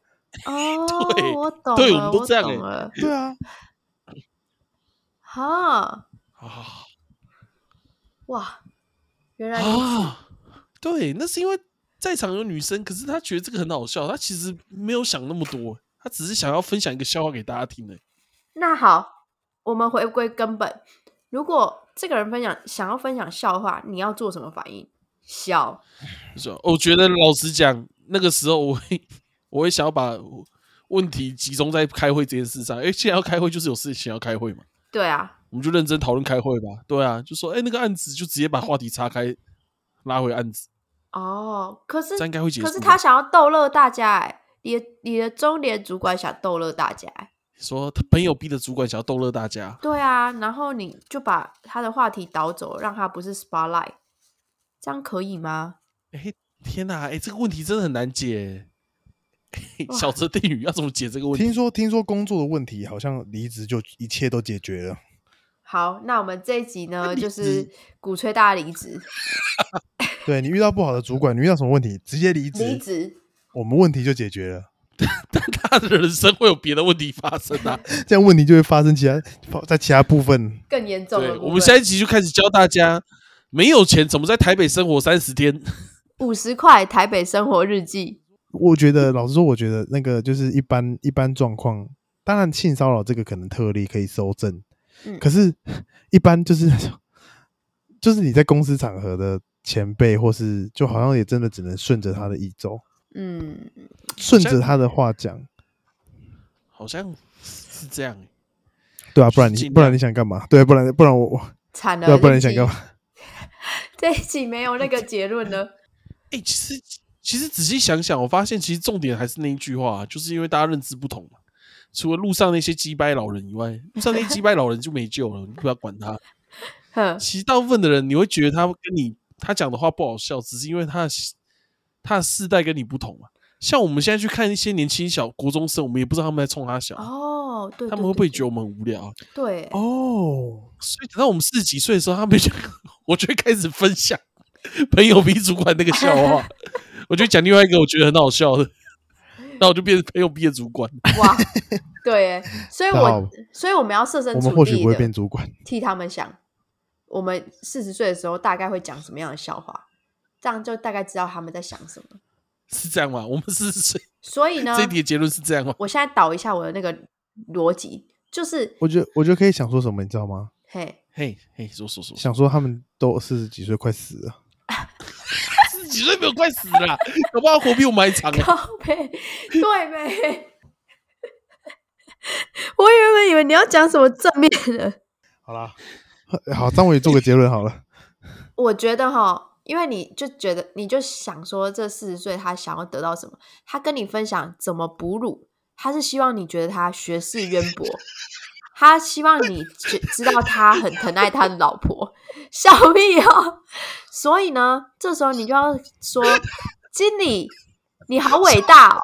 [SPEAKER 2] 哦，
[SPEAKER 3] 对
[SPEAKER 2] 哦我懂了，
[SPEAKER 3] 对我们都这样
[SPEAKER 2] 懂
[SPEAKER 3] 欸
[SPEAKER 2] 了。
[SPEAKER 1] 对啊，
[SPEAKER 2] 哈，
[SPEAKER 3] 啊
[SPEAKER 2] 哇，原来如此
[SPEAKER 3] 啊！对，那是因为在场有女生，可是他觉得这个很好笑，他其实没有想那么多，他只是想要分享一个笑话给大家听的。
[SPEAKER 2] 那好，我们回归根本。如果这个人分享想要分享笑话，你要做什么反应？笑，
[SPEAKER 3] 就说，哦我觉得老实讲，那个时候我会， 我会想要把问题集中在开会这件事上。哎，既然要开会，就是有事情要开会嘛。
[SPEAKER 2] 对啊，
[SPEAKER 3] 我们就认真讨论开会吧。对啊，就说哎、那个案子就直接把话题岔开，拉回案子，
[SPEAKER 2] 哦，可是
[SPEAKER 3] 这样应该会结束吧。
[SPEAKER 2] 可是他想要逗乐大家、欸，你的你的中年主管想逗乐大家、欸，
[SPEAKER 3] 说他朋友 B 的主管想要逗乐大家，
[SPEAKER 2] 对啊，然后你就把他的话题导走，让他不是 spotlight，这样可以吗？
[SPEAKER 3] 哎，天哪，哎，这个问题真的很难解。嘿
[SPEAKER 2] 哇
[SPEAKER 3] 小泽定语要怎么解这个问
[SPEAKER 1] 听
[SPEAKER 3] 题？
[SPEAKER 1] 说听说工作的问题，好像离职就一切都解决了。
[SPEAKER 2] 好，那我们这一集呢，
[SPEAKER 3] 离
[SPEAKER 2] 就是
[SPEAKER 3] 职
[SPEAKER 2] 鼓吹大家离职，
[SPEAKER 1] 对你遇到不好的主管，你遇到什么问题，直接离
[SPEAKER 2] 离
[SPEAKER 1] 职，
[SPEAKER 2] 职，
[SPEAKER 1] 我们问题就解决了。
[SPEAKER 3] 但他的人生会有别的问题发生啊！
[SPEAKER 1] 这样问题就会发生其他在其他部分。
[SPEAKER 2] 更严重
[SPEAKER 3] 对，
[SPEAKER 2] 了。
[SPEAKER 3] 我们下一集就开始教大家，没有钱怎么在台北生活三十天。
[SPEAKER 2] 五十块台北生活日记，
[SPEAKER 1] 我觉得老实说，我觉得那个就是一般一般状况。当然，性骚扰这个可能特例可以搜证，
[SPEAKER 2] 嗯
[SPEAKER 1] 可是，一般就是那种就是你在公司场合的前辈，或是就好像也真的只能顺着他的意走，
[SPEAKER 2] 嗯，
[SPEAKER 1] 顺着他的话讲，
[SPEAKER 3] 好像是这样、欸。
[SPEAKER 1] 对啊，不然
[SPEAKER 3] 尽
[SPEAKER 1] 你
[SPEAKER 3] 量
[SPEAKER 1] 不然你想干嘛？对，不然不然我我
[SPEAKER 2] 惨了。
[SPEAKER 1] 对啊，不然你
[SPEAKER 2] 这
[SPEAKER 1] 想
[SPEAKER 2] 一集
[SPEAKER 1] 干嘛？？
[SPEAKER 2] 这一集没有那个结论了。
[SPEAKER 3] 哎、其实其实仔细想想，我发现其实重点还是那一句话、啊就是因为大家认知不同嘛。除了路上那些鸡掰老人以外，路上那些鸡掰老人就没救了，你不要管 他。
[SPEAKER 2] 哼，
[SPEAKER 3] 其实大部分的人，你会觉得他跟你他讲的话不好笑，只是因为他的世他的世代跟你不同嘛。像我们现在去看一些年轻小国中生，我们也不知道他们在冲他笑，
[SPEAKER 2] 哦，对，
[SPEAKER 3] 他
[SPEAKER 2] 对
[SPEAKER 3] 们会不
[SPEAKER 2] 对
[SPEAKER 3] 会觉得我们很无聊啊？
[SPEAKER 2] 对？对
[SPEAKER 1] 哦，
[SPEAKER 3] 所以等到我们四十几岁的时候，他们就 我就会开始分享 朋友比主管那个笑话，我就讲另外一个我觉得很好笑的，那我就变成朋友比的主管。
[SPEAKER 2] 哇，对耶，所以
[SPEAKER 1] 大 家好
[SPEAKER 2] 我所以我们要设身
[SPEAKER 1] 我
[SPEAKER 2] 处
[SPEAKER 1] 们或许
[SPEAKER 2] 地
[SPEAKER 1] 不会变
[SPEAKER 2] 的
[SPEAKER 1] 主管，
[SPEAKER 2] 替他们想，我们四十岁的时候大概会讲什么样的笑话，这样就大概知道他们在想什么。
[SPEAKER 3] 是这样吗？我们四十岁
[SPEAKER 2] 所以呢
[SPEAKER 3] 这，一题的结论是这样吗？
[SPEAKER 2] 我现在导一下我的那个逻辑，就是
[SPEAKER 1] 我觉得我觉得可以想说什么，你知道吗？
[SPEAKER 2] 嘿，
[SPEAKER 3] 嘿嘿，说说说，
[SPEAKER 1] 想说他们都四十几岁，快死了。
[SPEAKER 3] 四十几岁没有快死了啦，搞不好活比我们还长、欸。
[SPEAKER 2] 靠背，对呗。 我原本以为你要讲什么正面的，
[SPEAKER 1] 好啦，好，张伟做个结论好了。
[SPEAKER 2] 我觉得哈，因为你就觉得你就想说这四十岁他想要得到什么，他跟你分享怎么哺乳，他是希望你觉得他学识渊博，他希望你知知道他很疼爱他的老婆，小屁哦。所以呢，这时候你就要说，经理，你好伟大哦。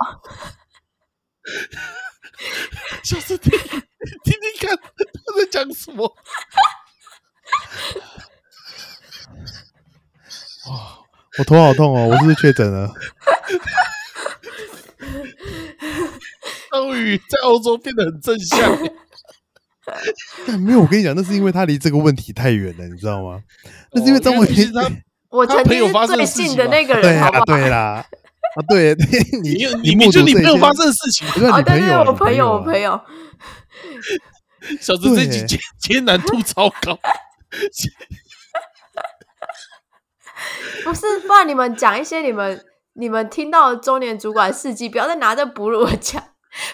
[SPEAKER 3] 下次听听听看他在讲什么。
[SPEAKER 1] 我头好痛哦，我是不是确诊了？
[SPEAKER 3] 张宇在欧洲变得很正向、
[SPEAKER 1] 哦
[SPEAKER 3] 欸，
[SPEAKER 1] 干没有，我跟你讲，那是因为他离这个问题太远了，你知道吗？那是因为张伟
[SPEAKER 3] 哦因为毕竟他
[SPEAKER 2] 我
[SPEAKER 3] 他
[SPEAKER 2] 曾
[SPEAKER 3] 朋
[SPEAKER 2] 经
[SPEAKER 3] 友
[SPEAKER 2] 是
[SPEAKER 3] 发生
[SPEAKER 2] 最
[SPEAKER 3] 的事
[SPEAKER 2] 近
[SPEAKER 3] 情
[SPEAKER 2] 的
[SPEAKER 3] 吧
[SPEAKER 2] 那 个
[SPEAKER 1] 对
[SPEAKER 2] 人，好不
[SPEAKER 1] 啊，
[SPEAKER 2] 好？
[SPEAKER 1] 对啦，啊，对， 你
[SPEAKER 3] 你
[SPEAKER 1] 你
[SPEAKER 3] 你
[SPEAKER 1] 目
[SPEAKER 3] 就
[SPEAKER 1] 睹
[SPEAKER 3] 你
[SPEAKER 1] 这
[SPEAKER 3] 朋
[SPEAKER 1] 一
[SPEAKER 3] 友
[SPEAKER 1] 切
[SPEAKER 3] 发生的事情，
[SPEAKER 1] 不是
[SPEAKER 2] 哦，
[SPEAKER 1] 你
[SPEAKER 2] 对
[SPEAKER 1] 朋友
[SPEAKER 2] 对，对
[SPEAKER 1] 啊，
[SPEAKER 2] 我
[SPEAKER 1] 你
[SPEAKER 2] 朋友，我
[SPEAKER 1] 啊
[SPEAKER 2] 朋友，
[SPEAKER 3] 小子这集
[SPEAKER 1] 对
[SPEAKER 3] 艰艰难度超高，
[SPEAKER 2] 不是，不然你们讲一些你们你们听到的中年主管事迹，不要再拿着哺乳的讲，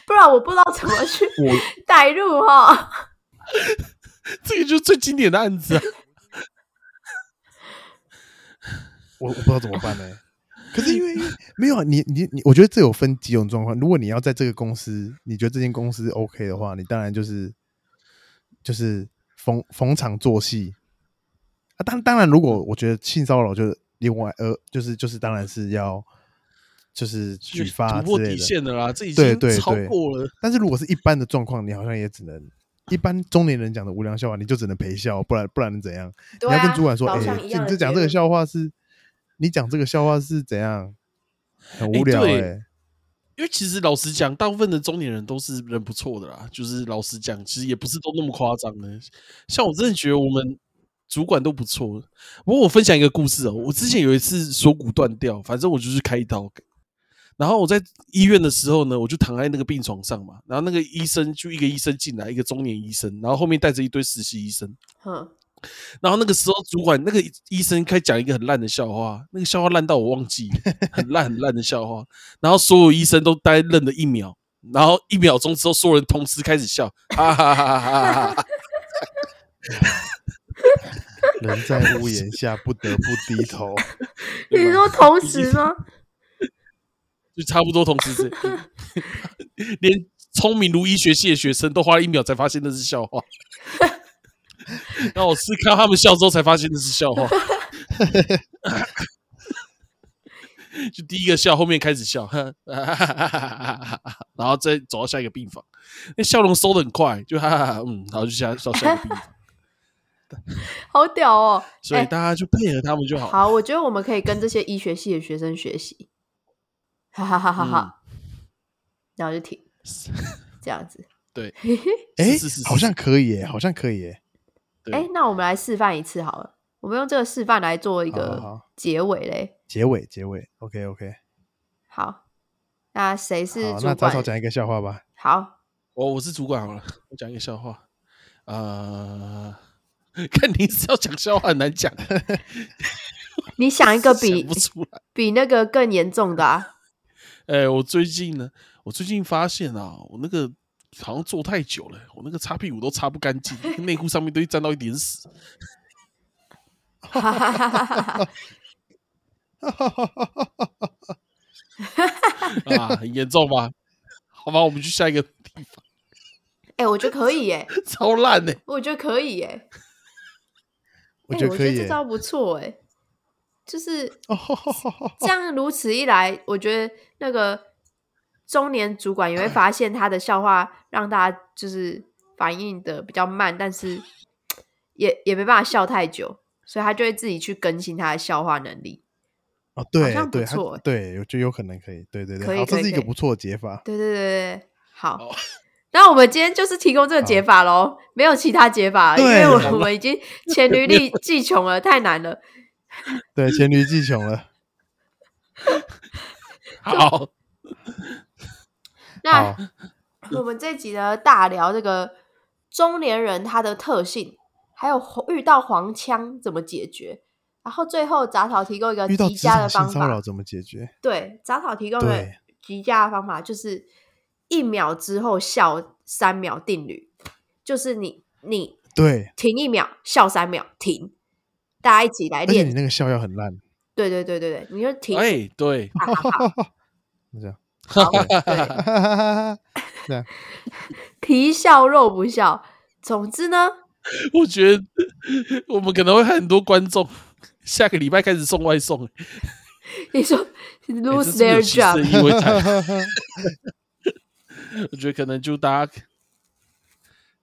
[SPEAKER 2] 不然我不知道怎 么去
[SPEAKER 1] 我
[SPEAKER 2] 带入哈。
[SPEAKER 3] 这个就是最经典的案子啊！
[SPEAKER 1] 我我不知道怎么办呢、可是因为因为没有啊你你你，我觉得这有分几种状况。如果你要在这个公司，你觉得这间公司 OK 的话，你当然就是就是逢逢场作戏啊。当当然，如果我觉得性骚扰就是另外呃，就是就是当然是要就是举发
[SPEAKER 3] 突破
[SPEAKER 1] 之
[SPEAKER 3] 底
[SPEAKER 1] 类的。
[SPEAKER 3] 线的啦，这已
[SPEAKER 1] 对
[SPEAKER 3] 经
[SPEAKER 1] 对
[SPEAKER 3] 超
[SPEAKER 1] 对
[SPEAKER 3] 过了。
[SPEAKER 1] 但是如果是一般的状况，你好像也只能一般中年人讲的无良笑话，你就只能陪笑，不然不然能怎样？
[SPEAKER 2] 对
[SPEAKER 1] 你要
[SPEAKER 2] 啊，
[SPEAKER 1] 跟主管说，哎、
[SPEAKER 2] 导向一
[SPEAKER 1] 这
[SPEAKER 2] 样
[SPEAKER 1] 你
[SPEAKER 2] 的
[SPEAKER 1] 这讲这个
[SPEAKER 2] 结论
[SPEAKER 1] 笑话是，你讲这个笑话是怎样？很无
[SPEAKER 3] 哎
[SPEAKER 1] 聊哎、
[SPEAKER 3] 对因为其实老实讲，大部分的中年人都是人不错的啦。就是老实讲，其实也不是都那么夸张的。像我真的觉得我们主管都不错。不过我分享一个故事哦，我之前有一次锁骨断掉，反正我就是开刀。然后我在医院的时候呢，我就躺在那个病床上嘛，然后那个医生就一个医生进来，一个中年医生，然后后面带着一堆实习医生。
[SPEAKER 2] 哼，
[SPEAKER 3] 然后那个时候主管那个医生开始讲一个很烂的笑话，那个笑话烂到我忘记了，很烂很烂的笑话。然后所有医生都呆愣了一秒，然后一秒钟之后，所有人同时开始笑，哈哈哈哈哈哈哈！
[SPEAKER 1] 人在屋檐下，不得不低 头。
[SPEAKER 2] 你
[SPEAKER 3] 对吧
[SPEAKER 2] 说同 时吗？
[SPEAKER 3] 就差不多同时是，连聪明如医学系的学生都花了一秒才发现那是笑话，然后我是看到他们笑之后才发现那是笑话， 就第一个笑，后面开始笑，然后再走到下一个病房，那笑容收的很快，就哈哈哈，嗯，然后就下到下一个病房，
[SPEAKER 2] 好屌哦！
[SPEAKER 3] 所以
[SPEAKER 2] 哎
[SPEAKER 3] 大家就配合他们就 好了。
[SPEAKER 2] 好，我觉得我们可以跟这些医学系的学生学习，哈哈哈哈哈，
[SPEAKER 1] 嗯
[SPEAKER 2] 然后就停，这样子。
[SPEAKER 3] 对，
[SPEAKER 1] 哎
[SPEAKER 3] 是是是，
[SPEAKER 1] 好像可以耶，好像可以耶。
[SPEAKER 3] 对
[SPEAKER 2] 哎、那我们来示范一次好了，我们用这个示范来做一
[SPEAKER 1] 好好
[SPEAKER 2] 个
[SPEAKER 1] 好
[SPEAKER 2] 结尾嘞。
[SPEAKER 1] 结尾，结尾，OK OK。
[SPEAKER 2] 好，那谁是
[SPEAKER 1] 好，那
[SPEAKER 2] 主
[SPEAKER 1] 草草
[SPEAKER 2] 管？
[SPEAKER 1] 讲一个笑话吧。
[SPEAKER 2] 好，
[SPEAKER 3] 我、我是主管好了，我讲一个笑话。呃， 看你是要讲笑话很难讲，
[SPEAKER 2] 你想一个比
[SPEAKER 3] 想不出来。
[SPEAKER 2] 比那个更严重的 啊？
[SPEAKER 3] 哎、我最近呢，我最近发现啊，我那个好像坐太久了，我那个擦屁股都擦不干净，内裤上面都会沾到一点屎。
[SPEAKER 2] 哈哈哈哈哈哈！哎
[SPEAKER 3] 啊，很严重吧？好吧，我们去下一个地方，
[SPEAKER 2] 哎、我觉得可以耶、
[SPEAKER 3] 超烂呢、
[SPEAKER 2] 我觉得可以耶、
[SPEAKER 1] 我
[SPEAKER 2] 哎
[SPEAKER 1] 觉得
[SPEAKER 2] 我
[SPEAKER 1] 可以
[SPEAKER 2] 这
[SPEAKER 1] 耶。
[SPEAKER 2] 招不错哎、 就是
[SPEAKER 1] 哦，
[SPEAKER 2] 这样如此一来，我觉得那个中年主管也会发现他的笑话让大家就是反应的比较慢，但是也也没办法笑太久，所以他就会自己去更新他的笑话能力。
[SPEAKER 1] 哦，
[SPEAKER 2] 好
[SPEAKER 1] 对
[SPEAKER 2] 像不
[SPEAKER 1] 对，它
[SPEAKER 2] 错欸
[SPEAKER 1] 对，我觉得有可能可以。对对
[SPEAKER 2] 可
[SPEAKER 1] 对，
[SPEAKER 2] 以
[SPEAKER 1] 好，
[SPEAKER 2] 可
[SPEAKER 1] 这
[SPEAKER 2] 以
[SPEAKER 1] 是一个
[SPEAKER 2] 可以
[SPEAKER 1] 不错的解法。
[SPEAKER 2] 对对对对，对好
[SPEAKER 3] 好。
[SPEAKER 1] 哦
[SPEAKER 2] 那我们今天就是提供这个解法喽，没有其他解法了，因为
[SPEAKER 1] 对
[SPEAKER 2] 我
[SPEAKER 1] 好
[SPEAKER 2] 我们已经黔驴力技穷了，太难了。
[SPEAKER 1] 对，黔驴技穷了。
[SPEAKER 3] 好，
[SPEAKER 2] 那
[SPEAKER 1] 好，
[SPEAKER 2] 我们这集呢，大聊这个中年人他的特性，还有黄遇到黄腔怎么解决。然后最后杂草提供一个
[SPEAKER 1] 遇到
[SPEAKER 2] 极
[SPEAKER 1] 职
[SPEAKER 2] 佳
[SPEAKER 1] 场
[SPEAKER 2] 的
[SPEAKER 1] 性
[SPEAKER 2] 方
[SPEAKER 1] 骚扰
[SPEAKER 2] 法，
[SPEAKER 1] 怎么解决？
[SPEAKER 2] 对，杂草提供的
[SPEAKER 1] 对
[SPEAKER 2] 极佳的方法就是一秒之后笑三秒定律，就是你你
[SPEAKER 1] 对，
[SPEAKER 2] 停一秒笑三秒停，大家一起来
[SPEAKER 1] 而且你
[SPEAKER 2] 练，
[SPEAKER 1] 那个笑要很烂。
[SPEAKER 2] 对对对对对，你就停，
[SPEAKER 3] 哎、 对，
[SPEAKER 2] 哈哈哈，
[SPEAKER 1] 就这样，
[SPEAKER 2] 好对。
[SPEAKER 1] 哈哈哈哈哈，这样
[SPEAKER 2] 皮笑肉不笑。总之呢，
[SPEAKER 3] 我觉得我们可能会害很多观众。下个礼拜开始送外送、
[SPEAKER 2] 你 说 lose
[SPEAKER 3] 哎这是不是有
[SPEAKER 2] their
[SPEAKER 3] 歧视的
[SPEAKER 2] job，
[SPEAKER 3] 意味在我觉得可能就大家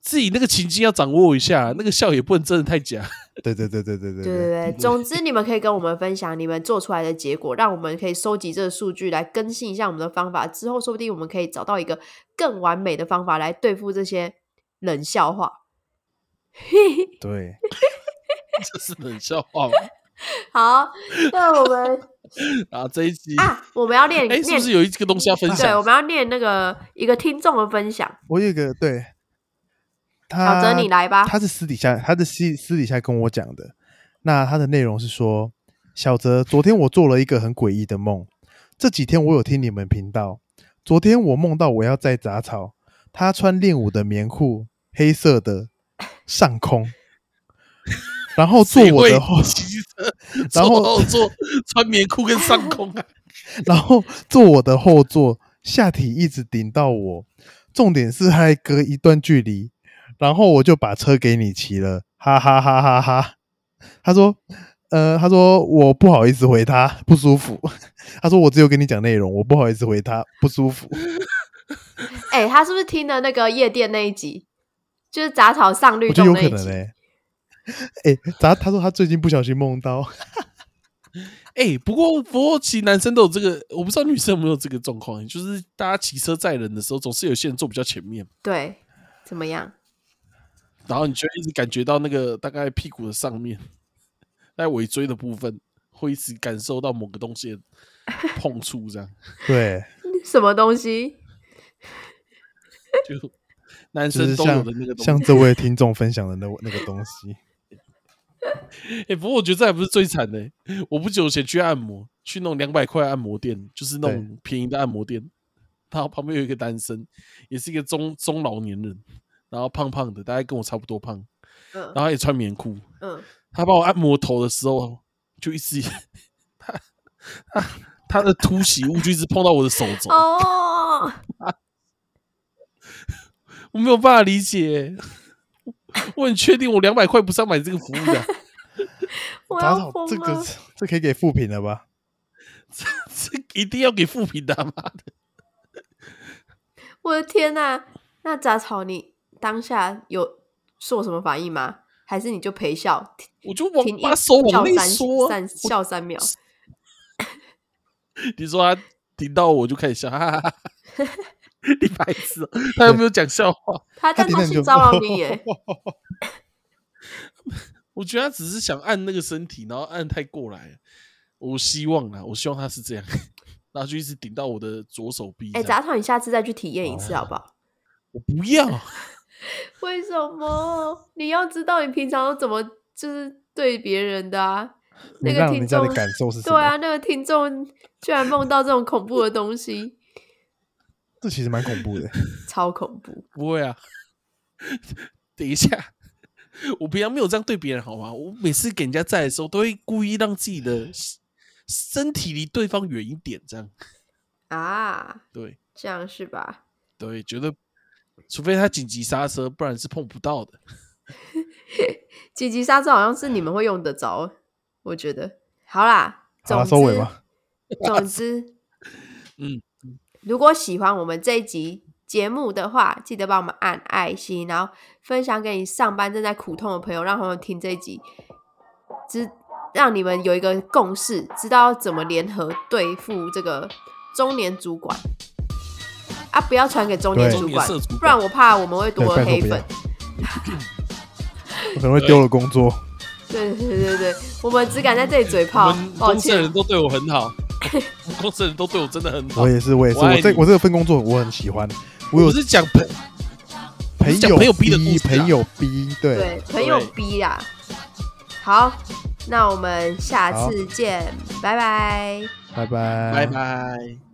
[SPEAKER 3] 自己那个情境要掌握一下，那个笑也不能真的太假。
[SPEAKER 1] 对对对对对对
[SPEAKER 2] 对
[SPEAKER 1] 对，
[SPEAKER 2] 对对，总之你们可以跟我们分享你们做出来的结果，让我们可以收集这个数据来更新一下我们的方法。之后说不定我们可以找到一个更完美的方法来对付这些冷笑话。
[SPEAKER 1] 对，
[SPEAKER 3] 这是冷笑 话吗
[SPEAKER 2] 好，那我 们
[SPEAKER 3] 啊！这一集，
[SPEAKER 2] 啊，我们要练
[SPEAKER 3] 哎，
[SPEAKER 2] 练，
[SPEAKER 3] 是不是有一个东西要分
[SPEAKER 2] 对，
[SPEAKER 3] 享
[SPEAKER 2] 我？们要练那个一个听众的分享。
[SPEAKER 1] 我有一个 对，
[SPEAKER 2] 小
[SPEAKER 1] 他
[SPEAKER 2] 泽，你来吧。
[SPEAKER 1] 他是私底下，他是私私底下跟我讲的。那他的内容是说，小泽，昨天我做了一个很诡异的梦。这几天我有听你们频道，昨天我梦到我要在杂草，他穿练舞的棉裤，黑色的上 空，然后做我的后，
[SPEAKER 3] 骑车，
[SPEAKER 1] 然后
[SPEAKER 3] 坐后座穿棉裤跟上空啊，
[SPEAKER 1] 然后坐我的后座，下体一直顶到我。重点是还隔一段距离，然后我就把车给你骑了，哈哈哈哈哈。他说，呃，他说我不好意思回他，不舒服。 他说我只有跟你讲内容，我不好意思回他，不舒服。
[SPEAKER 2] 哎、他是不是听了那个夜店那一集？就是杂草上绿
[SPEAKER 1] 我觉得
[SPEAKER 2] 洞
[SPEAKER 1] 有可
[SPEAKER 2] 那一
[SPEAKER 1] 能
[SPEAKER 2] 集。
[SPEAKER 1] 哎、欸，哎、他他说他最近不小心梦到，
[SPEAKER 3] 哎、不过不过，其实男生都有这个，我不知道女生有没有这个状况，就是大家骑车载人的时候，总是有些人坐比较前面，
[SPEAKER 2] 对，怎么样？
[SPEAKER 3] 然后你就会一直感觉到那个大概屁股的上面， 在尾椎的部分，会一直感受到某个东西的碰触， 这样
[SPEAKER 1] 对，
[SPEAKER 2] 什么东西？
[SPEAKER 3] 就男
[SPEAKER 1] 就
[SPEAKER 3] 生
[SPEAKER 1] 是
[SPEAKER 3] 都有
[SPEAKER 1] 像
[SPEAKER 3] 的那个东西。
[SPEAKER 1] 像这位听众分享的那那个东西，
[SPEAKER 3] 哎、不过我觉得这还不是最惨的、欸我不久前去按摩，去那种两百块按摩店，就是那种便宜的按摩店，然后旁边有一个男生，也是一个中中老年人，然后胖胖的，大概跟我差不多胖，
[SPEAKER 2] 嗯
[SPEAKER 3] 然后他也穿棉裤，
[SPEAKER 2] 嗯，
[SPEAKER 3] 他帮我按摩头的时候，就一直他他他的凸起物就一直碰到我的手肘，
[SPEAKER 2] 哦，
[SPEAKER 3] 我没有办法理解。我很确定，我两百块不是要买这个服务的，
[SPEAKER 2] 我
[SPEAKER 1] 打
[SPEAKER 2] 要
[SPEAKER 1] 扫
[SPEAKER 2] 疯
[SPEAKER 1] 这个
[SPEAKER 2] 了。
[SPEAKER 1] 这可以给负评了吧？
[SPEAKER 3] 这一定要给负评的、啊，妈的！
[SPEAKER 2] 我的天呐、那杂草，你当下有做什么反应吗？还是你就陪笑，停
[SPEAKER 3] 我就
[SPEAKER 2] 停
[SPEAKER 3] 往
[SPEAKER 2] 一
[SPEAKER 3] 把手往
[SPEAKER 2] 笑
[SPEAKER 3] 内
[SPEAKER 2] 三
[SPEAKER 3] 缩啊、
[SPEAKER 2] 三笑三秒？
[SPEAKER 3] 你说他听到我就开始笑，哈哈哈哈 你白痴哦、他有没有讲笑话？
[SPEAKER 2] 他
[SPEAKER 1] 他
[SPEAKER 2] 但
[SPEAKER 1] 听
[SPEAKER 2] 他
[SPEAKER 1] 到你
[SPEAKER 2] 性
[SPEAKER 1] 就
[SPEAKER 2] 骚扰 你耶，
[SPEAKER 3] 我觉得他只是想按那个身体，然后按太过来了。我希望啦，我希望他是这样， 然后就一直顶到我的左手臂这
[SPEAKER 2] 哎、
[SPEAKER 3] 样。
[SPEAKER 2] 杂草，你下次再去体验一次好不好？
[SPEAKER 3] 我不要，
[SPEAKER 2] 为什么？你要知道你平常都怎么就是对别人的啊？那
[SPEAKER 1] 你
[SPEAKER 2] 个
[SPEAKER 1] 让
[SPEAKER 2] 听
[SPEAKER 1] 人家
[SPEAKER 2] 众
[SPEAKER 1] 的感受是什么？
[SPEAKER 2] 对啊，，那个听众居然梦到这种恐怖的东西，
[SPEAKER 1] 这其实蛮恐怖的。
[SPEAKER 2] 超恐怖！
[SPEAKER 3] 不会啊。 等一下，我平常没有这样对别人好吗？我每次给人家在的时候，都会故意让自己的身体离对方远一点，这样
[SPEAKER 2] 啊，
[SPEAKER 3] 对
[SPEAKER 2] 这样是吧？
[SPEAKER 3] 对，觉得除非他紧急刹车，不然是碰不到的。
[SPEAKER 2] 紧急刹车好像是
[SPEAKER 1] 嗯
[SPEAKER 2] 你们会用得着，我觉得。好啦，
[SPEAKER 1] 好
[SPEAKER 2] 总
[SPEAKER 1] 啦
[SPEAKER 2] 之，
[SPEAKER 1] 收尾吧
[SPEAKER 2] 总之，
[SPEAKER 3] 嗯，
[SPEAKER 2] 如果喜欢我们这一集节目的话，记得帮我们按爱心，然后分享给你上班正在苦痛的朋友，让他们听这一集，知让你们有一个共识，知道怎么联合对付这个中年主管啊！不要传给中年
[SPEAKER 1] 对
[SPEAKER 2] 主
[SPEAKER 3] 中年
[SPEAKER 2] 管
[SPEAKER 3] 社主，
[SPEAKER 2] 不然我怕我们会多
[SPEAKER 1] 对拜托
[SPEAKER 2] 黑
[SPEAKER 1] 不要
[SPEAKER 2] 粉。
[SPEAKER 1] 我可能会丢了工作。
[SPEAKER 2] 对对对对对，我们只敢在这里嘴
[SPEAKER 3] 我
[SPEAKER 2] 炮
[SPEAKER 3] 们，
[SPEAKER 2] 抱
[SPEAKER 3] 公司的
[SPEAKER 2] 歉
[SPEAKER 3] 人。都对我很 好，我们公司的人都对我真的很好
[SPEAKER 1] 我。也是，我也是，
[SPEAKER 3] 我爱
[SPEAKER 1] 我这
[SPEAKER 3] 你
[SPEAKER 1] 我这个份工作我很喜欢。我有
[SPEAKER 3] 我是讲朋
[SPEAKER 1] 朋
[SPEAKER 3] 讲
[SPEAKER 1] 友
[SPEAKER 3] 朋友 B 的故事啊
[SPEAKER 1] 朋友 B，对，
[SPEAKER 2] 对，朋友
[SPEAKER 3] 对
[SPEAKER 2] 逼啦。好，那我们下
[SPEAKER 1] 好
[SPEAKER 2] 次见，拜拜。
[SPEAKER 1] 拜拜，
[SPEAKER 3] 拜拜。